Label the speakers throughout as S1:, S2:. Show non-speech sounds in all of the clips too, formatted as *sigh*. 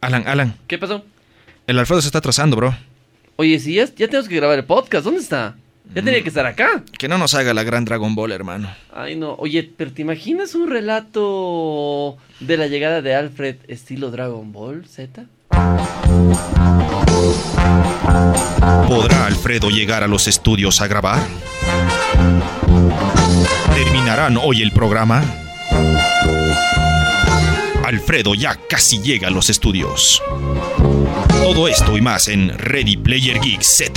S1: Alan, Alan,
S2: ¿Qué pasó?
S1: el Alfredo se está atrasando, bro.
S2: Oye, si ya, ya tenemos que grabar el podcast, ¿dónde está? Ya
S3: Mm.
S2: tenía que estar acá.
S1: Que no nos haga la gran Dragon Ball, hermano.
S2: Ay, no. Oye, pero ¿te imaginas un relato de la llegada de Alfred estilo Dragon Ball Z?
S1: ¿Podrá Alfredo llegar a los estudios a grabar? ¿Terminarán hoy el programa? Alfredo ya casi llega a los estudios. Todo esto y más en Ready Player Geek Z.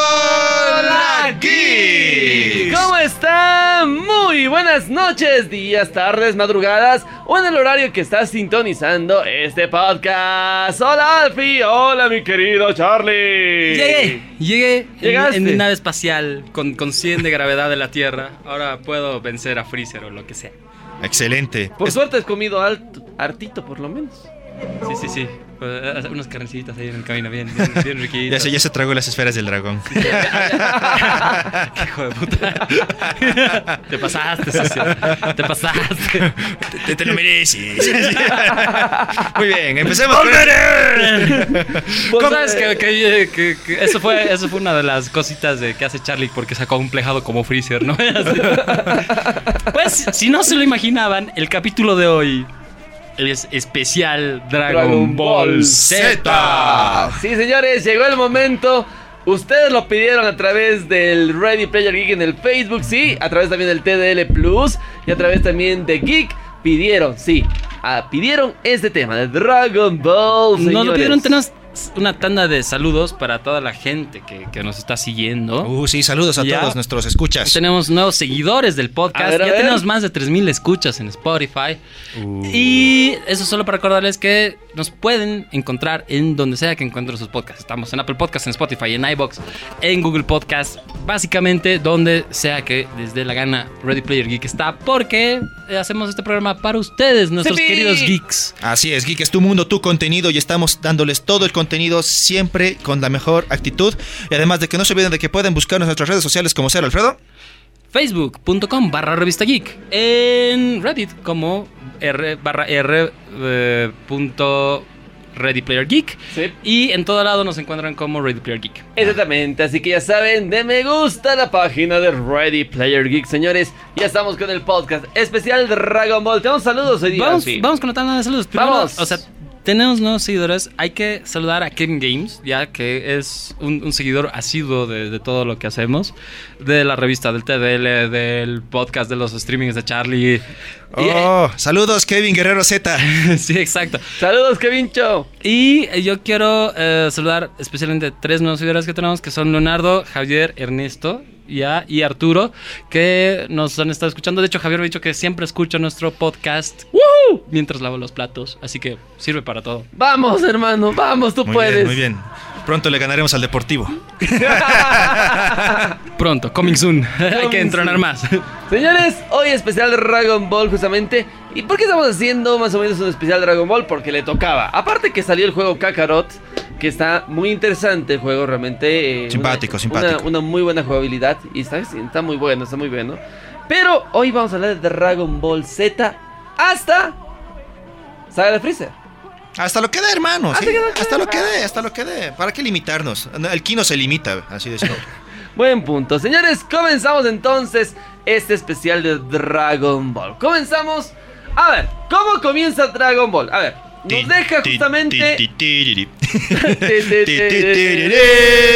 S2: ¡Hola, Geeks! ¿Cómo están? Muy buenas noches, días, tardes, madrugadas o en el horario que estás sintonizando este podcast. Hola, Alfie. Hola, mi querido Charlie.
S3: Llegué, llegué en,
S2: Llegaste.
S3: en mi nave espacial con, con 100 de gravedad de la Tierra. Ahora puedo vencer a Freezer o lo que sea.
S1: Excelente.
S2: Por suerte has comido alto, hartito, por lo menos.
S3: Sí, sí, sí. Pues, eh, Unas carnecitas ahí en el camino, bien, bien, bien riquito.
S1: Ya se, ya se tragó las esferas del dragón.
S3: Hijo de puta. *laughs* Te pasaste, socio. Te pasaste.
S1: Te, te lo *laughs* mereces. Muy bien, empecemos. con-
S2: Vos
S3: ¿Cómo es
S2: sabes-
S3: Pues, que, que- que- que- eso, fue, eso fue una de las cositas de que hace Charlie porque sacó un plejado como Freezer, ¿no? *laughs* pues, si no se lo imaginaban, el capítulo de hoy es especial Dragon,
S2: Dragon
S3: Ball,
S2: Ball
S3: Z.
S2: Sí, señores, llegó el momento. Ustedes lo pidieron a través del Ready Player Geek en el Facebook, sí, a través también del TDL Plus y a través también de Geek. Pidieron, sí, ah, pidieron este tema de Dragon Ball.
S3: Nos lo
S2: señores.
S3: pidieron, tenemos una tanda de saludos para toda la gente que, que nos está siguiendo.
S1: Uh, sí, saludos a
S3: Ya.
S1: todos nuestros escuchas.
S3: Tenemos nuevos seguidores del podcast.
S2: A ver, a
S3: ya
S2: ver. Uh.
S3: tenemos más de 3.000 escuchas en Spotify. Y eso solo para recordarles que nos pueden encontrar en donde sea que encuentren sus podcasts. Estamos en Apple Podcasts, en Spotify, en iBox, en Google Podcasts. Básicamente, donde sea que les dé la gana Ready Player Geek está. Porque eh, hacemos este programa para ustedes, nuestros
S2: ¡Sepi!
S3: queridos geeks.
S1: Así es, Geek, es tu mundo, tu contenido y estamos dándoles todo el contenido siempre con la mejor actitud. Y además de que no se olviden de que pueden buscarnos en nuestras redes sociales como ser Alfredo.
S3: Facebook.com barra revista geek. En Reddit como r barra r eh, punto Ready Player Geek.
S2: Sí.
S3: Y en todo lado nos encuentran como Ready Player Geek.
S2: Exactamente, así que ya saben, de me gusta a la página de Ready Player Geek, señores. Ya estamos con el podcast especial de Dragon Ball. Tenemos saludos hoy día.
S3: Vamos,
S2: sí.
S3: vamos con la tanda de saludos. Primero,
S2: Vamos.
S3: O sea, tenemos nuevos seguidores. Hay que saludar a Kevin Games, ya que es un, un seguidor asiduo de, de todo lo que hacemos. De la revista, del TDL, del podcast, de los streamings de Charlie. *laughs* Y-
S1: Oh, saludos, Kevin Guerrero Z.
S3: sí, exacto.
S2: Saludos, Kevincho.
S3: Y eh, yo quiero eh, saludar especialmente tres nuevos seguidores que tenemos, que son Leonardo, Javier, Ernesto ya, y Arturo, que nos han estado escuchando. De hecho, Javier me ha dicho que siempre escucha nuestro podcast mientras lavo los platos, así que sirve para todo.
S2: Vamos, hermano, vamos, tú
S1: Muy
S2: puedes.
S1: bien, muy bien. Pronto le ganaremos al Deportivo.
S3: Pronto, coming soon. *laughs* Hay
S2: Coming
S3: que entrenar
S2: soon.
S3: más.
S2: Señores, hoy especial de Dragon Ball justamente. ¿Y por qué estamos haciendo más o menos un especial de Dragon Ball? Porque le tocaba. Aparte que salió el juego Kakarot, que está muy interesante el juego realmente. eh, una-
S1: Simpático,
S2: una,
S1: simpático.
S2: Una, muy buena jugabilidad y está, está muy bueno, está muy bueno. Pero hoy vamos a hablar de Dragon Ball Z hasta... Saga de Freezer.
S1: Hasta lo que dé, hermano.
S2: Hasta
S1: sí.
S2: que lo que
S1: Hasta
S2: dé,
S1: lo que dé, hasta lo que dé. ¿Para qué limitarnos? No, El Kino se limita, así de simple.
S2: Buen punto. Señores, comenzamos entonces este especial de Dragon Ball. Comenzamos. A ver, ¿cómo comienza Dragon Ball? A ver, nos
S1: Ti,
S2: deja
S1: ti,
S2: justamente. Eh,
S1: ti, ti, ti, ti. Ti,
S2: *laughs*
S1: ti, ti, ti,
S2: Si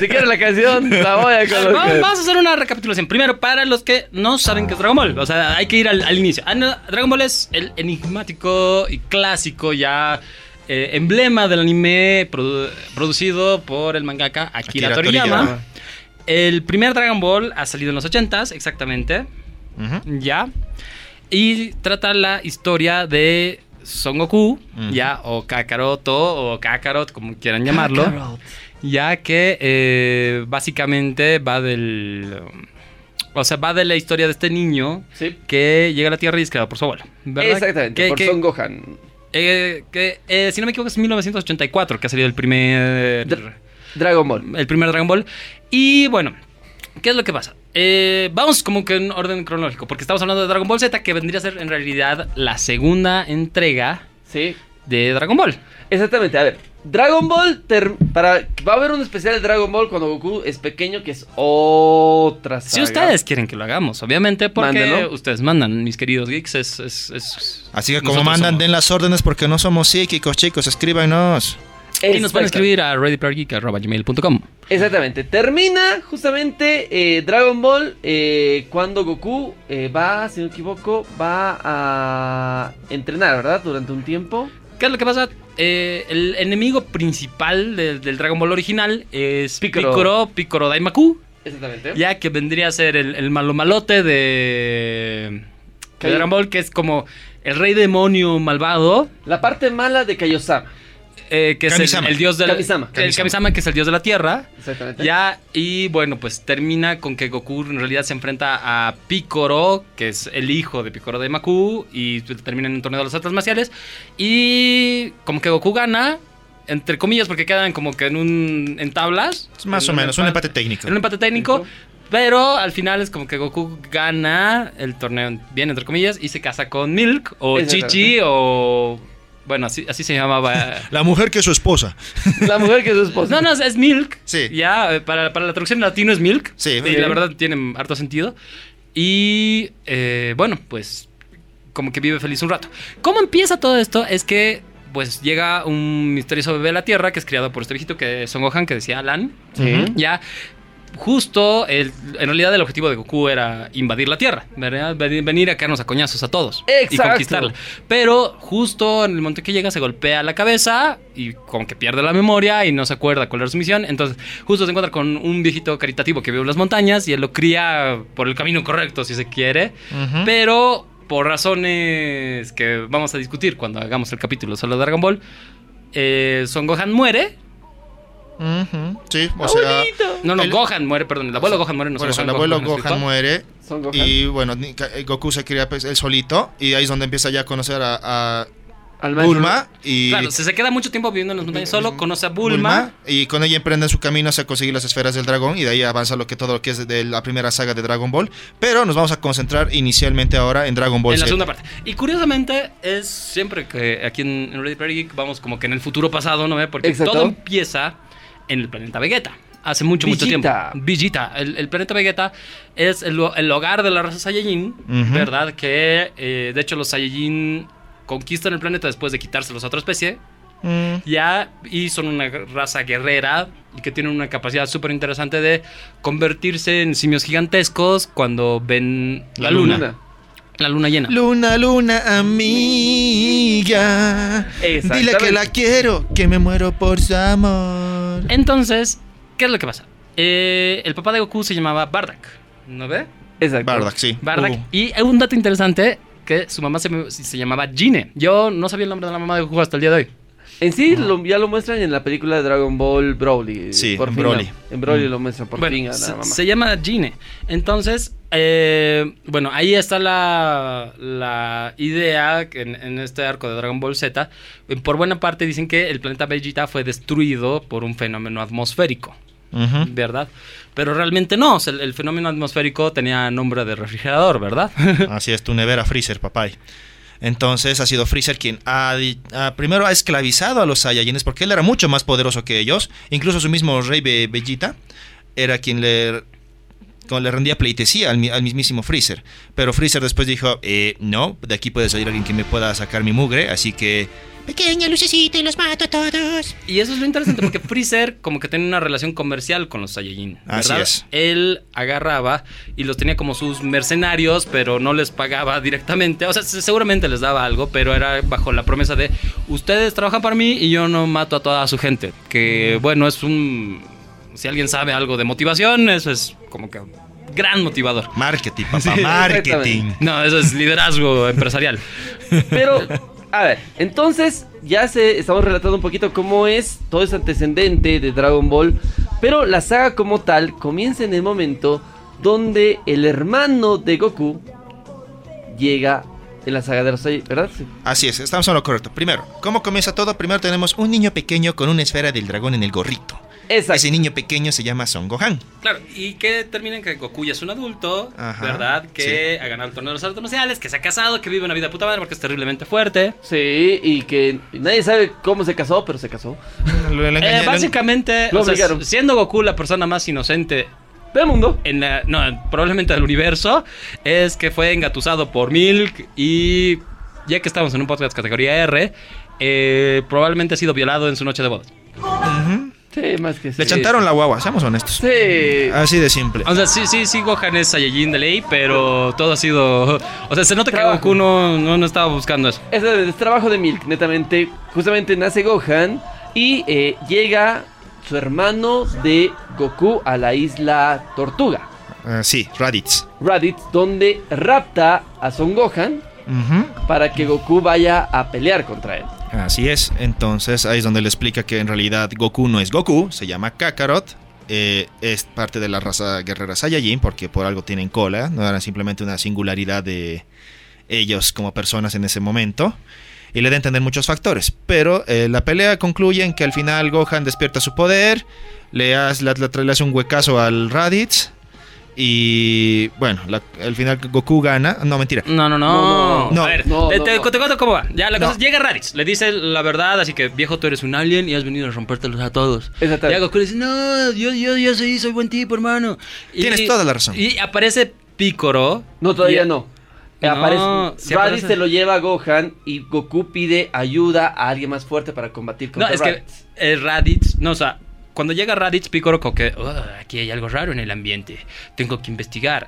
S1: ti.
S2: quieres la canción, la voy a
S3: Vamos,
S2: colocar.
S3: vamos a hacer una recapitulación. Primero, para los que no saben qué es Dragon Ball, o sea, hay que ir al, al inicio. Ah, no, Dragon Ball es el enigmático y clásico ya eh, emblema del anime produ- producido por el mangaka Akira,
S1: Akira
S3: Toriyama.
S1: Toriyama.
S3: El primer Dragon Ball ha salido en los 80s, exactamente.
S1: Ujú.
S3: Ya. Y trata la historia de Son Goku,
S1: Ujú.
S3: ya, o Kakaroto, o Kakarot, como quieran llamarlo. Ya que eh, básicamente va del. O sea, va de la historia de este niño
S2: Sí.
S3: que llega a la Tierra y es creado por su abuelo. ¿verdad?
S2: Exactamente,
S3: Que-
S2: por
S3: que-
S2: Son Gohan.
S3: eh, que, eh, si no me equivoco, es 1984 que ha salido el primer.
S2: Dr- Dragon Ball.
S3: el primer Dragon Ball. Y bueno, ¿qué es lo que pasa? Eh, vamos como que en orden cronológico, porque estamos hablando de Dragon Ball Z, que vendría a ser en realidad la segunda entrega
S2: Sí.
S3: de Dragon Ball.
S2: Exactamente, a ver. Dragon Ball ter- para va a haber un especial de Dragon Ball cuando Goku es pequeño que es otra saga.
S3: Si ustedes quieren que lo hagamos, obviamente, porque
S2: Mándenlo.
S3: ustedes mandan, mis queridos geeks, es... es- es-
S1: Así que como
S3: nosotros
S1: mandan,
S3: somos-
S1: den las órdenes porque no somos psíquicos, chicos, escríbanos.
S3: Y nos pueden escribir a readyplayergeek.com.
S2: Exactamente. Termina justamente eh, Dragon Ball eh, cuando Goku eh, va, si no me equivoco, va a entrenar, ¿verdad? Durante un tiempo.
S3: ¿Qué es lo que pasa? Eh, el enemigo principal del- del Dragon Ball original es
S2: Piccolo.
S3: Piccolo, Piccolo, Daimaku,
S2: Exactamente.
S3: ya que vendría a ser el, el malo malote de, de Dragon Ball, que es como el rey demonio malvado,
S2: La parte mala de Kaiosama.
S3: eh, que es el-
S1: Kamisama.
S3: el, dios de la,
S2: Kamisama.
S3: El Kamisama, que es el dios de la tierra.
S2: Exactamente.
S3: Ya, y bueno, pues termina con que Goku en realidad se enfrenta a Picoro, que es el hijo de Picoro de Maku, y pues, termina en un torneo de las artes marciales. Y como que Goku gana, entre comillas, porque quedan como que en un. en tablas.
S1: Es más
S3: En
S1: o menos, un
S3: empa-
S1: empate técnico.
S3: En un empate técnico. Pero al final es como que Goku gana el torneo, bien entre comillas, y se casa con Milk o
S2: Exactamente.
S3: Chichi o. Bueno, así, así se llamaba.
S1: La mujer que es su esposa.
S2: La mujer que es su esposa.
S3: No, no, es- es Milk.
S1: Sí.
S3: Ya, eh, para, para la traducción en latino es Milk.
S1: Sí.
S3: Y la verdad tiene harto sentido. Y eh, bueno, pues como que vive feliz un rato. ¿Cómo empieza todo esto? Es que pues llega un misterioso bebé a la Tierra que es criado por este viejito que es Son Gohan, que decía Alan.
S2: Sí.
S1: Ujú.
S3: Ya, justo, el- en realidad el objetivo de Goku era invadir la Tierra, ¿verdad? Ven- Venir a caernos a coñazos a todos
S2: Exacto.
S3: y conquistarla. Pero justo en el momento que llega se golpea la cabeza y como que pierde la memoria y no se acuerda cuál era su misión. Entonces justo se encuentra con un viejito caritativo que vive en las montañas y él lo cría por el camino correcto, si se quiere.
S1: Ujú.
S3: Pero por razones que vamos a discutir cuando hagamos el capítulo solo de Dragon Ball, eh, Son Gohan muere.
S1: Ujú. Sí, o sea,
S3: No, no,
S1: El-
S3: Gohan muere, perdón. El abuelo Gohan muere. No
S1: por
S3: Son
S1: eso el
S3: Gohan,
S1: abuelo
S3: Gohan,
S1: Gohan
S3: ¿sí?
S1: muere
S2: Son Gohan.
S1: y bueno, ni- ca- eh, Goku se cría pues, él solito y ahí es donde empieza ya a conocer a, a
S2: Al maestro-
S1: Bulma y
S3: Claro, si se queda mucho tiempo viviendo en las montañas solo, conoce a Bulma.
S1: y con ella emprenden su camino hacia conseguir las esferas del dragón y de ahí avanza lo que todo lo que es de la primera saga de Dragon Ball, pero nos vamos a concentrar inicialmente ahora en Dragon Ball
S3: en la
S1: Z.
S3: segunda parte. Y curiosamente, es siempre que aquí en, en Ready Player Geek vamos como que en el futuro pasado, ¿no? ve? Porque
S2: Exacto.
S3: todo empieza en el planeta Vegeta. Hace mucho, mucho
S2: Villita.
S3: tiempo. Villita. El, el planeta Vegeta es el, lo- el hogar de la raza Saiyajin,
S1: Ujú.
S3: ¿verdad? Que eh, de hecho los Saiyajin conquistan el planeta después de quitárselos a otra especie.
S1: Mm.
S3: Ya, y son una raza guerrera y que tienen una capacidad súper interesante de convertirse en simios gigantescos cuando ven la, luna. La luna llena.
S1: Luna, luna, amiga. Dile
S2: Exactamente.
S1: que la quiero, que me muero por su amor.
S3: Entonces, ¿qué es lo que pasa? Eh, el papá de Goku se llamaba Bardak, ¿no ve?
S2: Exacto.
S1: Bardock, sí.
S3: Bardak.
S1: Uh.
S3: Y hay un dato interesante que su mamá se, se llamaba Gine. Yo no sabía el nombre de la mamá de Goku hasta el día de hoy.
S2: En sí lo- ya lo muestran en la película de Dragon Ball Broly.
S1: Sí,
S2: por
S1: en
S2: fin,
S1: Broly.
S2: la- en Broly lo muestran por
S3: Mm. bueno,
S2: fin a la
S3: se,
S2: mamá.
S3: se llama Gine. Entonces, eh, bueno, ahí está la, la idea que en, en este arco de Dragon Ball Z. eh, Por buena parte dicen que el planeta Vegeta fue destruido por un fenómeno atmosférico.
S1: Uh. Ujú.
S3: ¿verdad? Pero realmente no, o sea, el, el fenómeno atmosférico tenía nombre de
S1: *laughs*
S3: refrigerador, ¿verdad?
S1: Así es, tu nevera Freezer, papá. Entonces ha sido Freezer quien ha, di- ha- primero ha esclavizado a los Saiyajines porque él era mucho más poderoso que ellos. Incluso su mismo rey Be- Bellita era quien le, como le rendía pleitesía al, mi- al mismísimo Freezer. Pero Freezer después dijo, "Eh, no, de aquí puede salir alguien que me pueda sacar mi mugre, así que... Pequeña lucecita y los mato a todos.
S3: y eso es lo interesante porque Freezer como que tenía una relación comercial con los Saiyajin, ¿verdad?
S1: Así es.
S3: Él agarraba y los tenía como sus mercenarios, pero no les pagaba directamente, o sea, se- seguramente les daba algo, pero era bajo la promesa de ustedes trabajan para mí y yo no mato a toda su gente,
S1: Mm.
S3: que bueno, es un si alguien sabe algo de motivación, eso es como que gran motivador.
S1: Marketing, *laughs* papá, marketing.
S3: No, eso es liderazgo empresarial.
S2: Pero, a ver, entonces ya se estamos relatando un poquito cómo es todo ese antecedente de Dragon Ball. Pero la saga como tal comienza en el momento donde el hermano de Goku llega en la saga de los Saiyajin, ¿verdad? Sí.
S1: Así es, estamos en lo correcto. Primero, ¿cómo comienza todo? Primero tenemos un niño pequeño con una esfera del dragón en el gorrito.
S2: Exacto.
S1: Ese niño pequeño se llama Son Gohan.
S3: Claro, y que termina en que Goku ya es un adulto,
S1: Ajá,
S3: ¿verdad? Que ha ganado el torneo de los artes marciales, que se ha casado, que vive una vida puta madre porque es terriblemente fuerte.
S2: Sí, y que nadie sabe cómo se casó, pero se casó.
S1: Lo- lo
S3: Eh,
S1: engaña- lo-
S3: básicamente,
S2: Lo
S3: o sea,
S2: obligaron.
S3: siendo Goku la persona más inocente
S2: Del mundo.
S3: en la, no, probablemente del universo, es que fue engatusado por Milk y ya que estamos en un podcast categoría R, eh, probablemente ha sido violado en su noche de bodas.
S1: Ujú.
S2: Sí, más que
S1: Le
S2: sí.
S1: chantaron la guagua, seamos honestos.
S2: Sí. Ah.
S1: Así de simple.
S3: O sea, sí, sí, sí, Gohan es Saiyajin de ley, pero todo ha sido... *laughs* O sea, se nota que
S2: Trabajo.
S3: Goku no, no, no estaba buscando eso.
S2: Es, es trabajo de Milk, netamente. Justamente nace Gohan y eh, llega su hermano de Goku a la isla Tortuga,
S1: Ah, sí, Raditz.
S2: Raditz, donde rapta a Son Gohan
S1: Ujú.
S2: para que Goku vaya a pelear contra él.
S1: Así es, entonces ahí es donde le explica que en realidad Goku no es Goku, se llama Kakarot, eh, es parte de la raza guerrera Saiyajin porque por algo tienen cola, no era simplemente una singularidad de ellos como personas en ese momento. Y le da a entender muchos factores, pero eh, la pelea concluye en que al final Gohan despierta su poder, le hace, le- le- le hace un huecazo al Raditz y bueno, la- al final Goku gana, no mentira,
S3: No, no, no.
S2: No, no,
S1: no.
S3: A ver,
S2: No,
S3: te,
S2: no,
S3: te-
S2: no.
S3: te cuento cómo va. Ya, la cosa
S1: No.
S3: es, llega Raditz, le dice la verdad, así que viejo, tú eres un alien y has venido a rompértelos a todos.
S2: Exactamente.
S3: Y Goku le dice, no, yo, yo, yo soy, soy buen tipo, hermano. Y-
S1: Tienes toda la razón.
S3: Y aparece Picoro.
S2: No, todavía no. Eh,
S3: No,
S2: aparece,
S3: sí
S2: Raditz
S3: aparece.
S2: se lo lleva a Gohan y Goku pide ayuda a alguien más fuerte para combatir
S3: No,
S2: contra
S3: es que
S2: Raditz.
S3: eh, Raditz, no, o sea, cuando llega Raditz, Picoro como que, "Oh, aquí hay algo raro en el ambiente, tengo que investigar.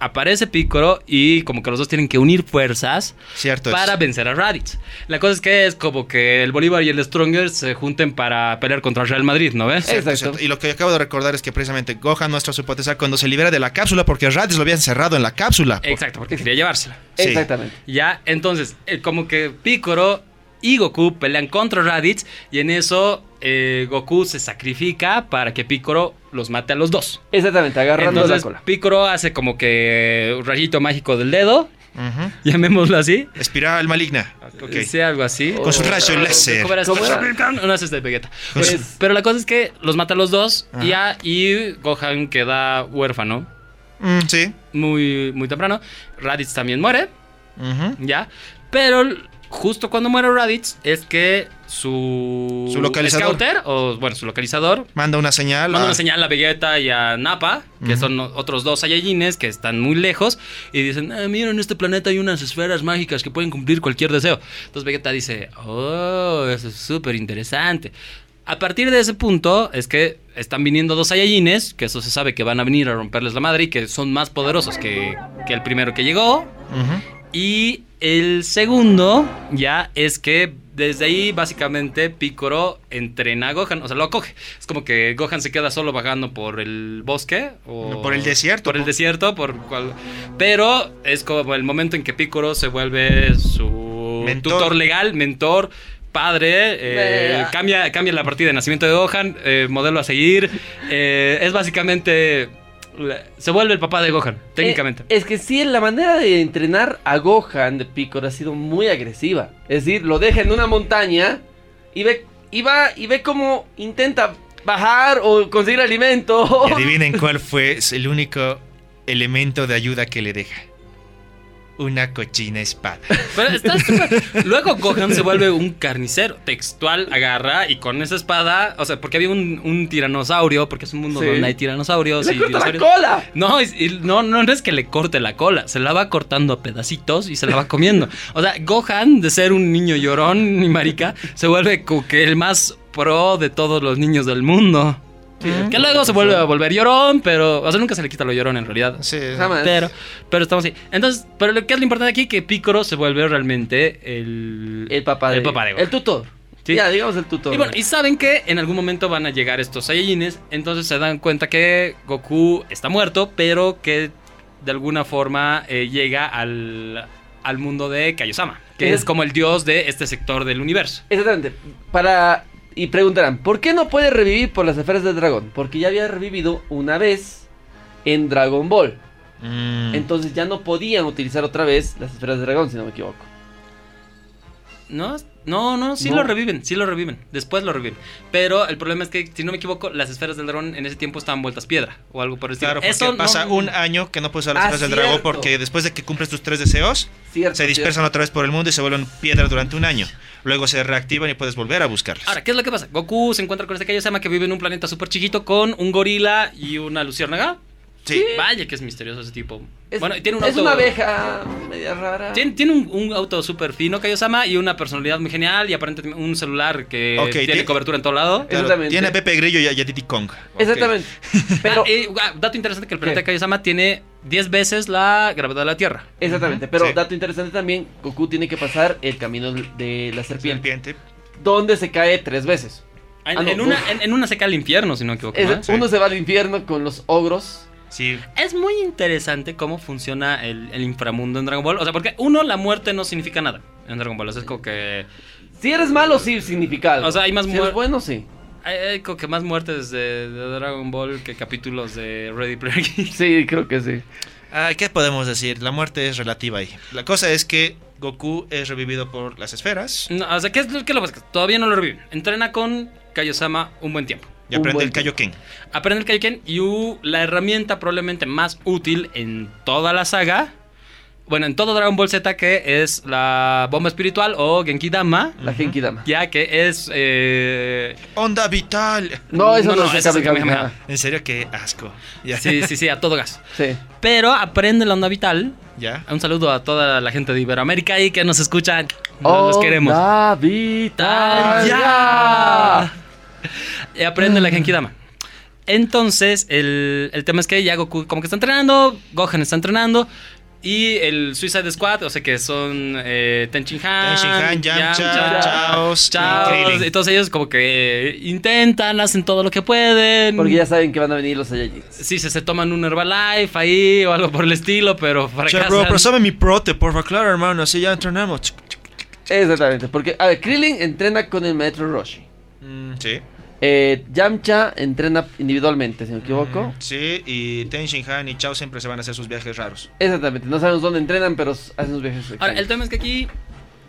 S3: Aparece Picoro y como que los dos tienen que unir fuerzas
S1: cierto. es-
S3: para vencer a Raditz. La cosa es que es como que el Bolívar y el Stronger se junten para pelear contra Real Madrid, ¿no ves?
S2: Eh,
S1: Cierto,
S2: Exacto.
S1: cierto. Y lo que acabo de recordar es que precisamente Gohan muestra su potencial cuando se libera de la cápsula porque Raditz lo había encerrado en la cápsula. Por-
S3: Exacto, porque quería llevársela.
S1: sí.
S2: Exactamente.
S3: Ya, entonces, eh, como que Picoro y Goku pelean contra Raditz y en eso eh, Goku se sacrifica para que Picoro los mate a los dos.
S2: Exactamente, agarrando la
S3: Entonces
S2: cola.
S3: Picoro hace como que un rayito mágico del dedo, *laughs*
S1: Ujú.
S3: llamémoslo así.
S1: Espiral maligna. Ok.
S3: Sí, Eh, algo así.
S1: Con su rayo láser.
S3: ¿Cómo era?
S2: ¿Cómo era?
S3: No, ese es de Vegeta.
S2: Pues-
S3: Oye, pero la cosa es que los mata a los dos
S1: Ajá.
S3: y, ya- y Gohan queda huérfano
S1: Mm, sí.
S3: muy, muy temprano. Raditz también muere,
S1: Ujú.
S3: ya. Pero l- justo cuando muere Raditz es que su...
S1: Su localizador.
S3: scouter, o bueno, su localizador,
S1: Manda una señal.
S3: Manda
S1: a-
S3: una señal a Vegeta y a Nappa, que
S1: Ujú.
S3: son o- otros dos Saiyajines que están muy lejos, y dicen, "Ah, mira, en este planeta hay unas esferas mágicas que pueden cumplir cualquier deseo. Entonces Vegeta dice, oh, eso es súper interesante. A partir de ese punto es que están viniendo dos Saiyajines, que eso se sabe que van a venir a romperles la madre y que son más poderosos que, que el primero que llegó.
S1: Ujú.
S3: Y el segundo ya es que desde ahí básicamente Picoro entrena a Gohan, o sea, lo acoge. Es como que Gohan se queda solo vagando por el bosque o
S1: Por el desierto,
S3: Por el
S1: por-
S3: desierto, por cual... Pero es como el momento en que Picoro se vuelve su
S1: Mentor.
S3: tutor legal, mentor. Padre, eh,
S2: Nah.
S3: cambia, cambia la partida de nacimiento de Gohan, eh, modelo a seguir. eh, es básicamente. la- Se vuelve el papá de Gohan, técnicamente.
S2: Eh, es que sí, la manera de entrenar a Gohan de Picor ha sido muy agresiva. Es decir, lo deja en una montaña y ve, y va, y ve cómo intenta bajar o conseguir alimento.
S1: Y
S2: *laughs*
S1: adivinen cuál fue el único elemento de ayuda que le deja. Una cochina espada.
S3: Pero está súper- Luego Gohan se vuelve un carnicero. Textual agarra y con esa espada. O sea, porque había un, un tiranosaurio, porque es un mundo
S2: Sí.
S3: donde hay tiranosaurios
S2: Le
S3: y
S2: corta la
S3: dinosaurios.
S2: cola.
S3: No, es- y no, no no es que le corte la cola, se la va cortando a pedacitos y se la va comiendo. O sea, Gohan, de ser un niño llorón ni marica, se vuelve como que el más pro de todos los niños del mundo. Que luego se vuelve a volver llorón, pero. O sea, nunca se le quita lo llorón en realidad.
S1: Sí.
S2: Jamás.
S3: Pero, pero estamos así. Entonces, pero lo que es lo importante aquí es que Picoro se vuelve realmente el,
S2: El papá de
S3: el papá de Goku.
S2: El tutor.
S3: Sí.
S2: Ya, digamos el tutor.
S3: Y bueno, y saben que en algún momento van a llegar estos Saiyajines, entonces se dan cuenta que Goku está muerto, pero que de alguna forma eh, llega al, al mundo de Kaiosama, que
S2: Ujú.
S3: es como el dios de este sector del universo.
S2: Exactamente. Para. Y preguntarán, ¿por qué no puede revivir por las esferas del dragón? Porque ya había revivido una vez en Dragon Ball.
S1: Mm.
S2: Entonces ya no podían utilizar otra vez las esferas de dragón, si no me equivoco.
S3: No, no, no, sí
S2: No.
S3: lo reviven, sí lo reviven. Después lo reviven. Pero el problema es que, si no me equivoco, las esferas del dragón en ese tiempo estaban vueltas piedra o algo por el estilo.
S1: Claro, porque
S3: Eso no-
S1: pasa un año que no puedes usar las
S2: Ah,
S1: esferas del dragón
S2: cierto.
S1: porque después de que cumples tus tres deseos,
S2: Cierto,
S1: se dispersan otra vez por el mundo y se vuelven piedras durante un año. Luego se reactivan y puedes volver a buscarlas.
S3: Ahora, ¿qué es lo que pasa? Goku se encuentra con este Kaiosama que vive en un planeta súper chiquito con un gorila y una luciérnaga.
S1: sí.
S3: Vaya que es misterioso ese tipo.
S2: Es,
S3: bueno, y tiene un
S2: es
S3: auto.
S2: una abeja media rara.
S3: Tiene, tiene un, un auto súper fino, Kaiosama, y una personalidad muy genial. Y aparentemente un celular que
S1: Ok,
S3: tiene
S1: tiene-
S3: cobertura en todo lado.
S1: Claro,
S2: Exactamente.
S1: tiene a Pepe Grillo y a Yadidi Kong. Ok.
S3: *laughs*
S2: Exactamente. Pero,
S3: Ah, eh, ah, dato interesante que el planeta
S2: ¿Qué?
S3: Kaiosama tiene 10 veces la gravedad de la Tierra.
S2: exactamente. Pero
S1: Sí.
S2: dato interesante también, Goku tiene que pasar el camino de la serpiente,
S1: Serpiente.
S2: donde se cae tres veces.
S3: En,
S2: Ah, no,
S3: en una,
S2: dos.
S3: en, en una se cae al infierno, si no me equivoco.
S2: Es-
S3: ¿no?
S1: Sí.
S2: Uno se va al infierno con los ogros.
S1: Sí.
S3: Es muy interesante cómo funciona el, el inframundo en Dragon Ball. O sea, porque uno, la muerte no significa nada en Dragon Ball. O sea, es como que.
S2: Si eres malo, sí significa algo.
S3: O sea, hay más
S2: Si
S3: muer-
S2: eres bueno, sí.
S3: Hay, hay como que más muertes de, de Dragon Ball que capítulos de Ready Player Game.
S2: Sí, creo que sí.
S1: Ay, Ah, ¿Qué podemos decir? La muerte es relativa ahí. La cosa es que Goku es revivido por las esferas
S3: *laughs* No, o sea, ¿qué es lo que lo pasa? Todavía no lo reviven. Entrena con Kaiosama un buen tiempo.
S1: y
S2: Un
S1: aprende
S2: buen
S1: el Kaioken.
S3: Aprende el Kaiken y u- la herramienta probablemente más útil en toda la saga. Bueno, en todo Dragon Ball Z, que es la bomba espiritual o Genki Dama.
S2: La
S1: Ujú.
S2: Genki Dama.
S3: Ya que es. eh,
S1: Onda vital.
S2: No, eso
S3: No,
S2: no,
S3: no,
S2: se
S3: ese es
S2: cabe
S3: el Kamehameha.
S1: En serio, qué asco. *laughs* Ya.
S3: Sí, sí, sí, a todo gas.
S2: Sí.
S3: Pero aprende la onda vital.
S1: Ya.
S3: Un saludo a toda la gente de Iberoamérica y que nos escuchan.
S2: Oh,
S3: Los queremos.
S2: Davital.
S3: ¡Ya! Y aprende la Genkidama. Entonces, el, el tema es que ya Goku como que está entrenando, Gohan está entrenando, y el Suicide Squad, o sea que son eh, Ten Shin Han,
S1: Ten Shin Han, Yamcha,
S3: Yamcha,
S1: Chaos y
S3: Chaos,
S1: Krillin.
S3: y todos ellos como que eh, intentan, hacen todo lo que pueden.
S2: Porque ya saben que van a venir los Saiyajins.
S3: Sí, se, se toman un Herbalife ahí o algo por el estilo, pero
S1: Che,
S3: fracasan.
S1: bro, préstame mi prote, por favor, claro, hermano, así ya entrenamos. Ch- ch-
S2: Exactamente. Porque, a ver, Krillin entrena con el maestro Roshi.
S1: Mm, sí.
S2: Eh, Yamcha entrena individualmente, si no me equivoco.
S1: Mm, sí, y Ten Shin Han y Chao siempre se van a hacer sus viajes raros.
S2: Exactamente. No sabemos dónde entrenan, pero s- hacen sus viajes.
S3: Ahora, el
S2: extraños.
S3: tema es que aquí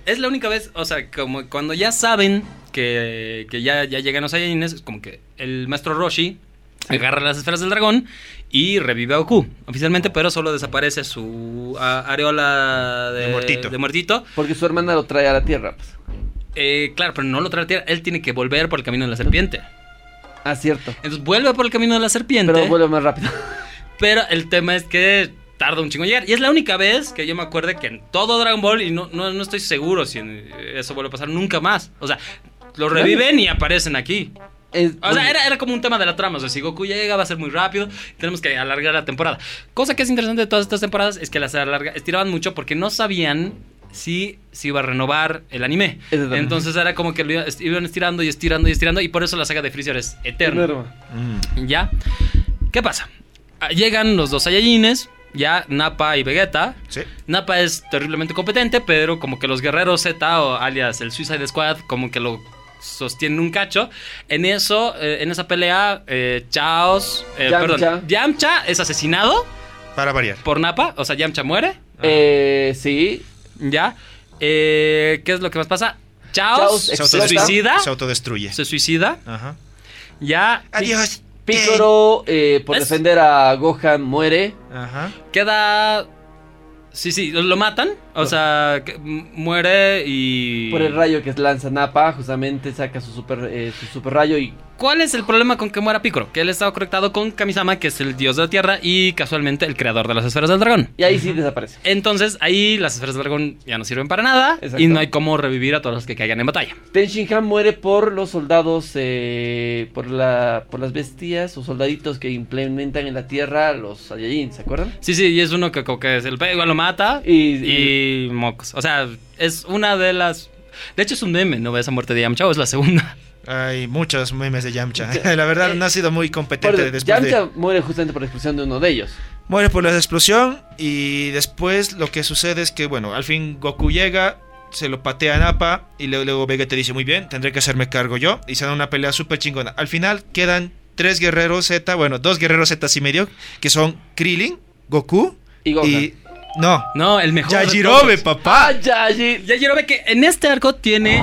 S3: es la única vez, o sea, como cuando ya saben que, que ya, ya llegan los Saiyajines, es como que el maestro Roshi agarra las esferas del dragón y revive a Goku oficialmente, pero solo desaparece su a- areola de,
S1: De muertito.
S3: de muertito.
S2: Porque su hermana lo trae a la tierra. pues.
S3: Eh, claro, pero no lo trae a la tierra, él tiene que volver por el camino de la serpiente.
S2: Ah, cierto.
S3: Entonces vuelve por el camino de la serpiente.
S2: Pero vuelve más rápido. *laughs*
S3: Pero el tema es que tarda un chingo en llegar. Y es la única vez que yo me acuerdo que en todo Dragon Ball, y no, no, no estoy seguro si en- eh, eso vuelve a pasar nunca más. O sea, lo reviven y aparecen aquí.
S2: Es-
S3: O sea, era, era como un tema de la trama. O sea, si Goku llega va a ser muy rápido. Tenemos que alargar la temporada. Cosa que es interesante de todas estas temporadas es que las alarga, estiraban mucho porque no sabían si se iba a renovar el anime.
S2: Exactamente.
S3: Entonces era como que lo iba- iban estirando y estirando y estirando. Y por eso la saga de Freezer es eterna.
S2: Enorme.
S1: Mm.
S3: ¿Ya? ¿Qué pasa? Ah, Llegan los dos Saiyajines, ya Nappa y Vegeta.
S1: Sí.
S3: Nappa es terriblemente competente, pero como que los guerreros Z o alias el Suicide Squad, como que lo sostienen un cacho. En eso, eh, en esa pelea, eh, Chaos, eh,
S2: Yamcha.
S3: perdón, Yamcha es asesinado
S1: Para variar.
S3: por Nappa, o sea, Yamcha muere,
S2: Eh, sí.
S3: ¿ya? Eh, ¿Qué es lo que más pasa? Chaos,
S2: Chaos
S3: se
S2: explota.
S3: suicida,
S1: Se autodestruye.
S3: se suicida,
S1: Ajá.
S3: ya.
S1: Adiós.
S2: Piccolo, eh, por
S3: Es-
S2: defender a Gohan, muere.
S1: Ajá.
S3: Queda. Sí, sí, lo- lo matan. O sea, que- m- muere y.
S2: Por el rayo que lanza Nappa, justamente saca su super, eh, su super rayo y
S3: ¿Cuál es el problema con que muera Piccolo? Que él estaba conectado con Kamisama, que es el dios de la tierra y casualmente el creador de las esferas del dragón.
S2: Y ahí sí desaparece.
S3: Entonces, ahí las esferas del dragón ya no sirven para nada y
S2: Exacto.
S3: no hay cómo revivir a todos los que caigan en batalla.
S2: Ten Shin Han muere por los soldados, eh, por, la, por las bestias o soldaditos que implementan en la tierra los Saiyajin, ¿se acuerdan?
S3: Sí, sí, y es uno que como que se le pega, igual lo mata y,
S2: Y,
S3: mocos. O sea, es una de las. De hecho, es un meme, ¿no? Esa muerte de Yamcha o es la segunda. *laughs*
S1: Hay muchos memes de
S2: *laughs*
S1: Yamcha. La verdad, no ha sido muy
S2: por-
S1: competente después de...
S2: Yamcha muere justamente por la expulsión de uno de ellos.
S1: Muere por la explosión y después lo que sucede es que, bueno, al fin Goku llega, se lo patea a Nappa y luego, luego Vegeta dice, muy bien, tendré que hacerme cargo yo. Y se dan una pelea súper chingona. Al final quedan tres guerreros Z, bueno, dos guerreros Z y medio, que son Krillin, Goku
S2: Y Gohan. Ah,
S1: no,
S3: No, el mejor. de
S1: Yajirobe,
S3: todos.
S1: papá.
S2: Yaji.
S3: Yajirobe que en este arco tiene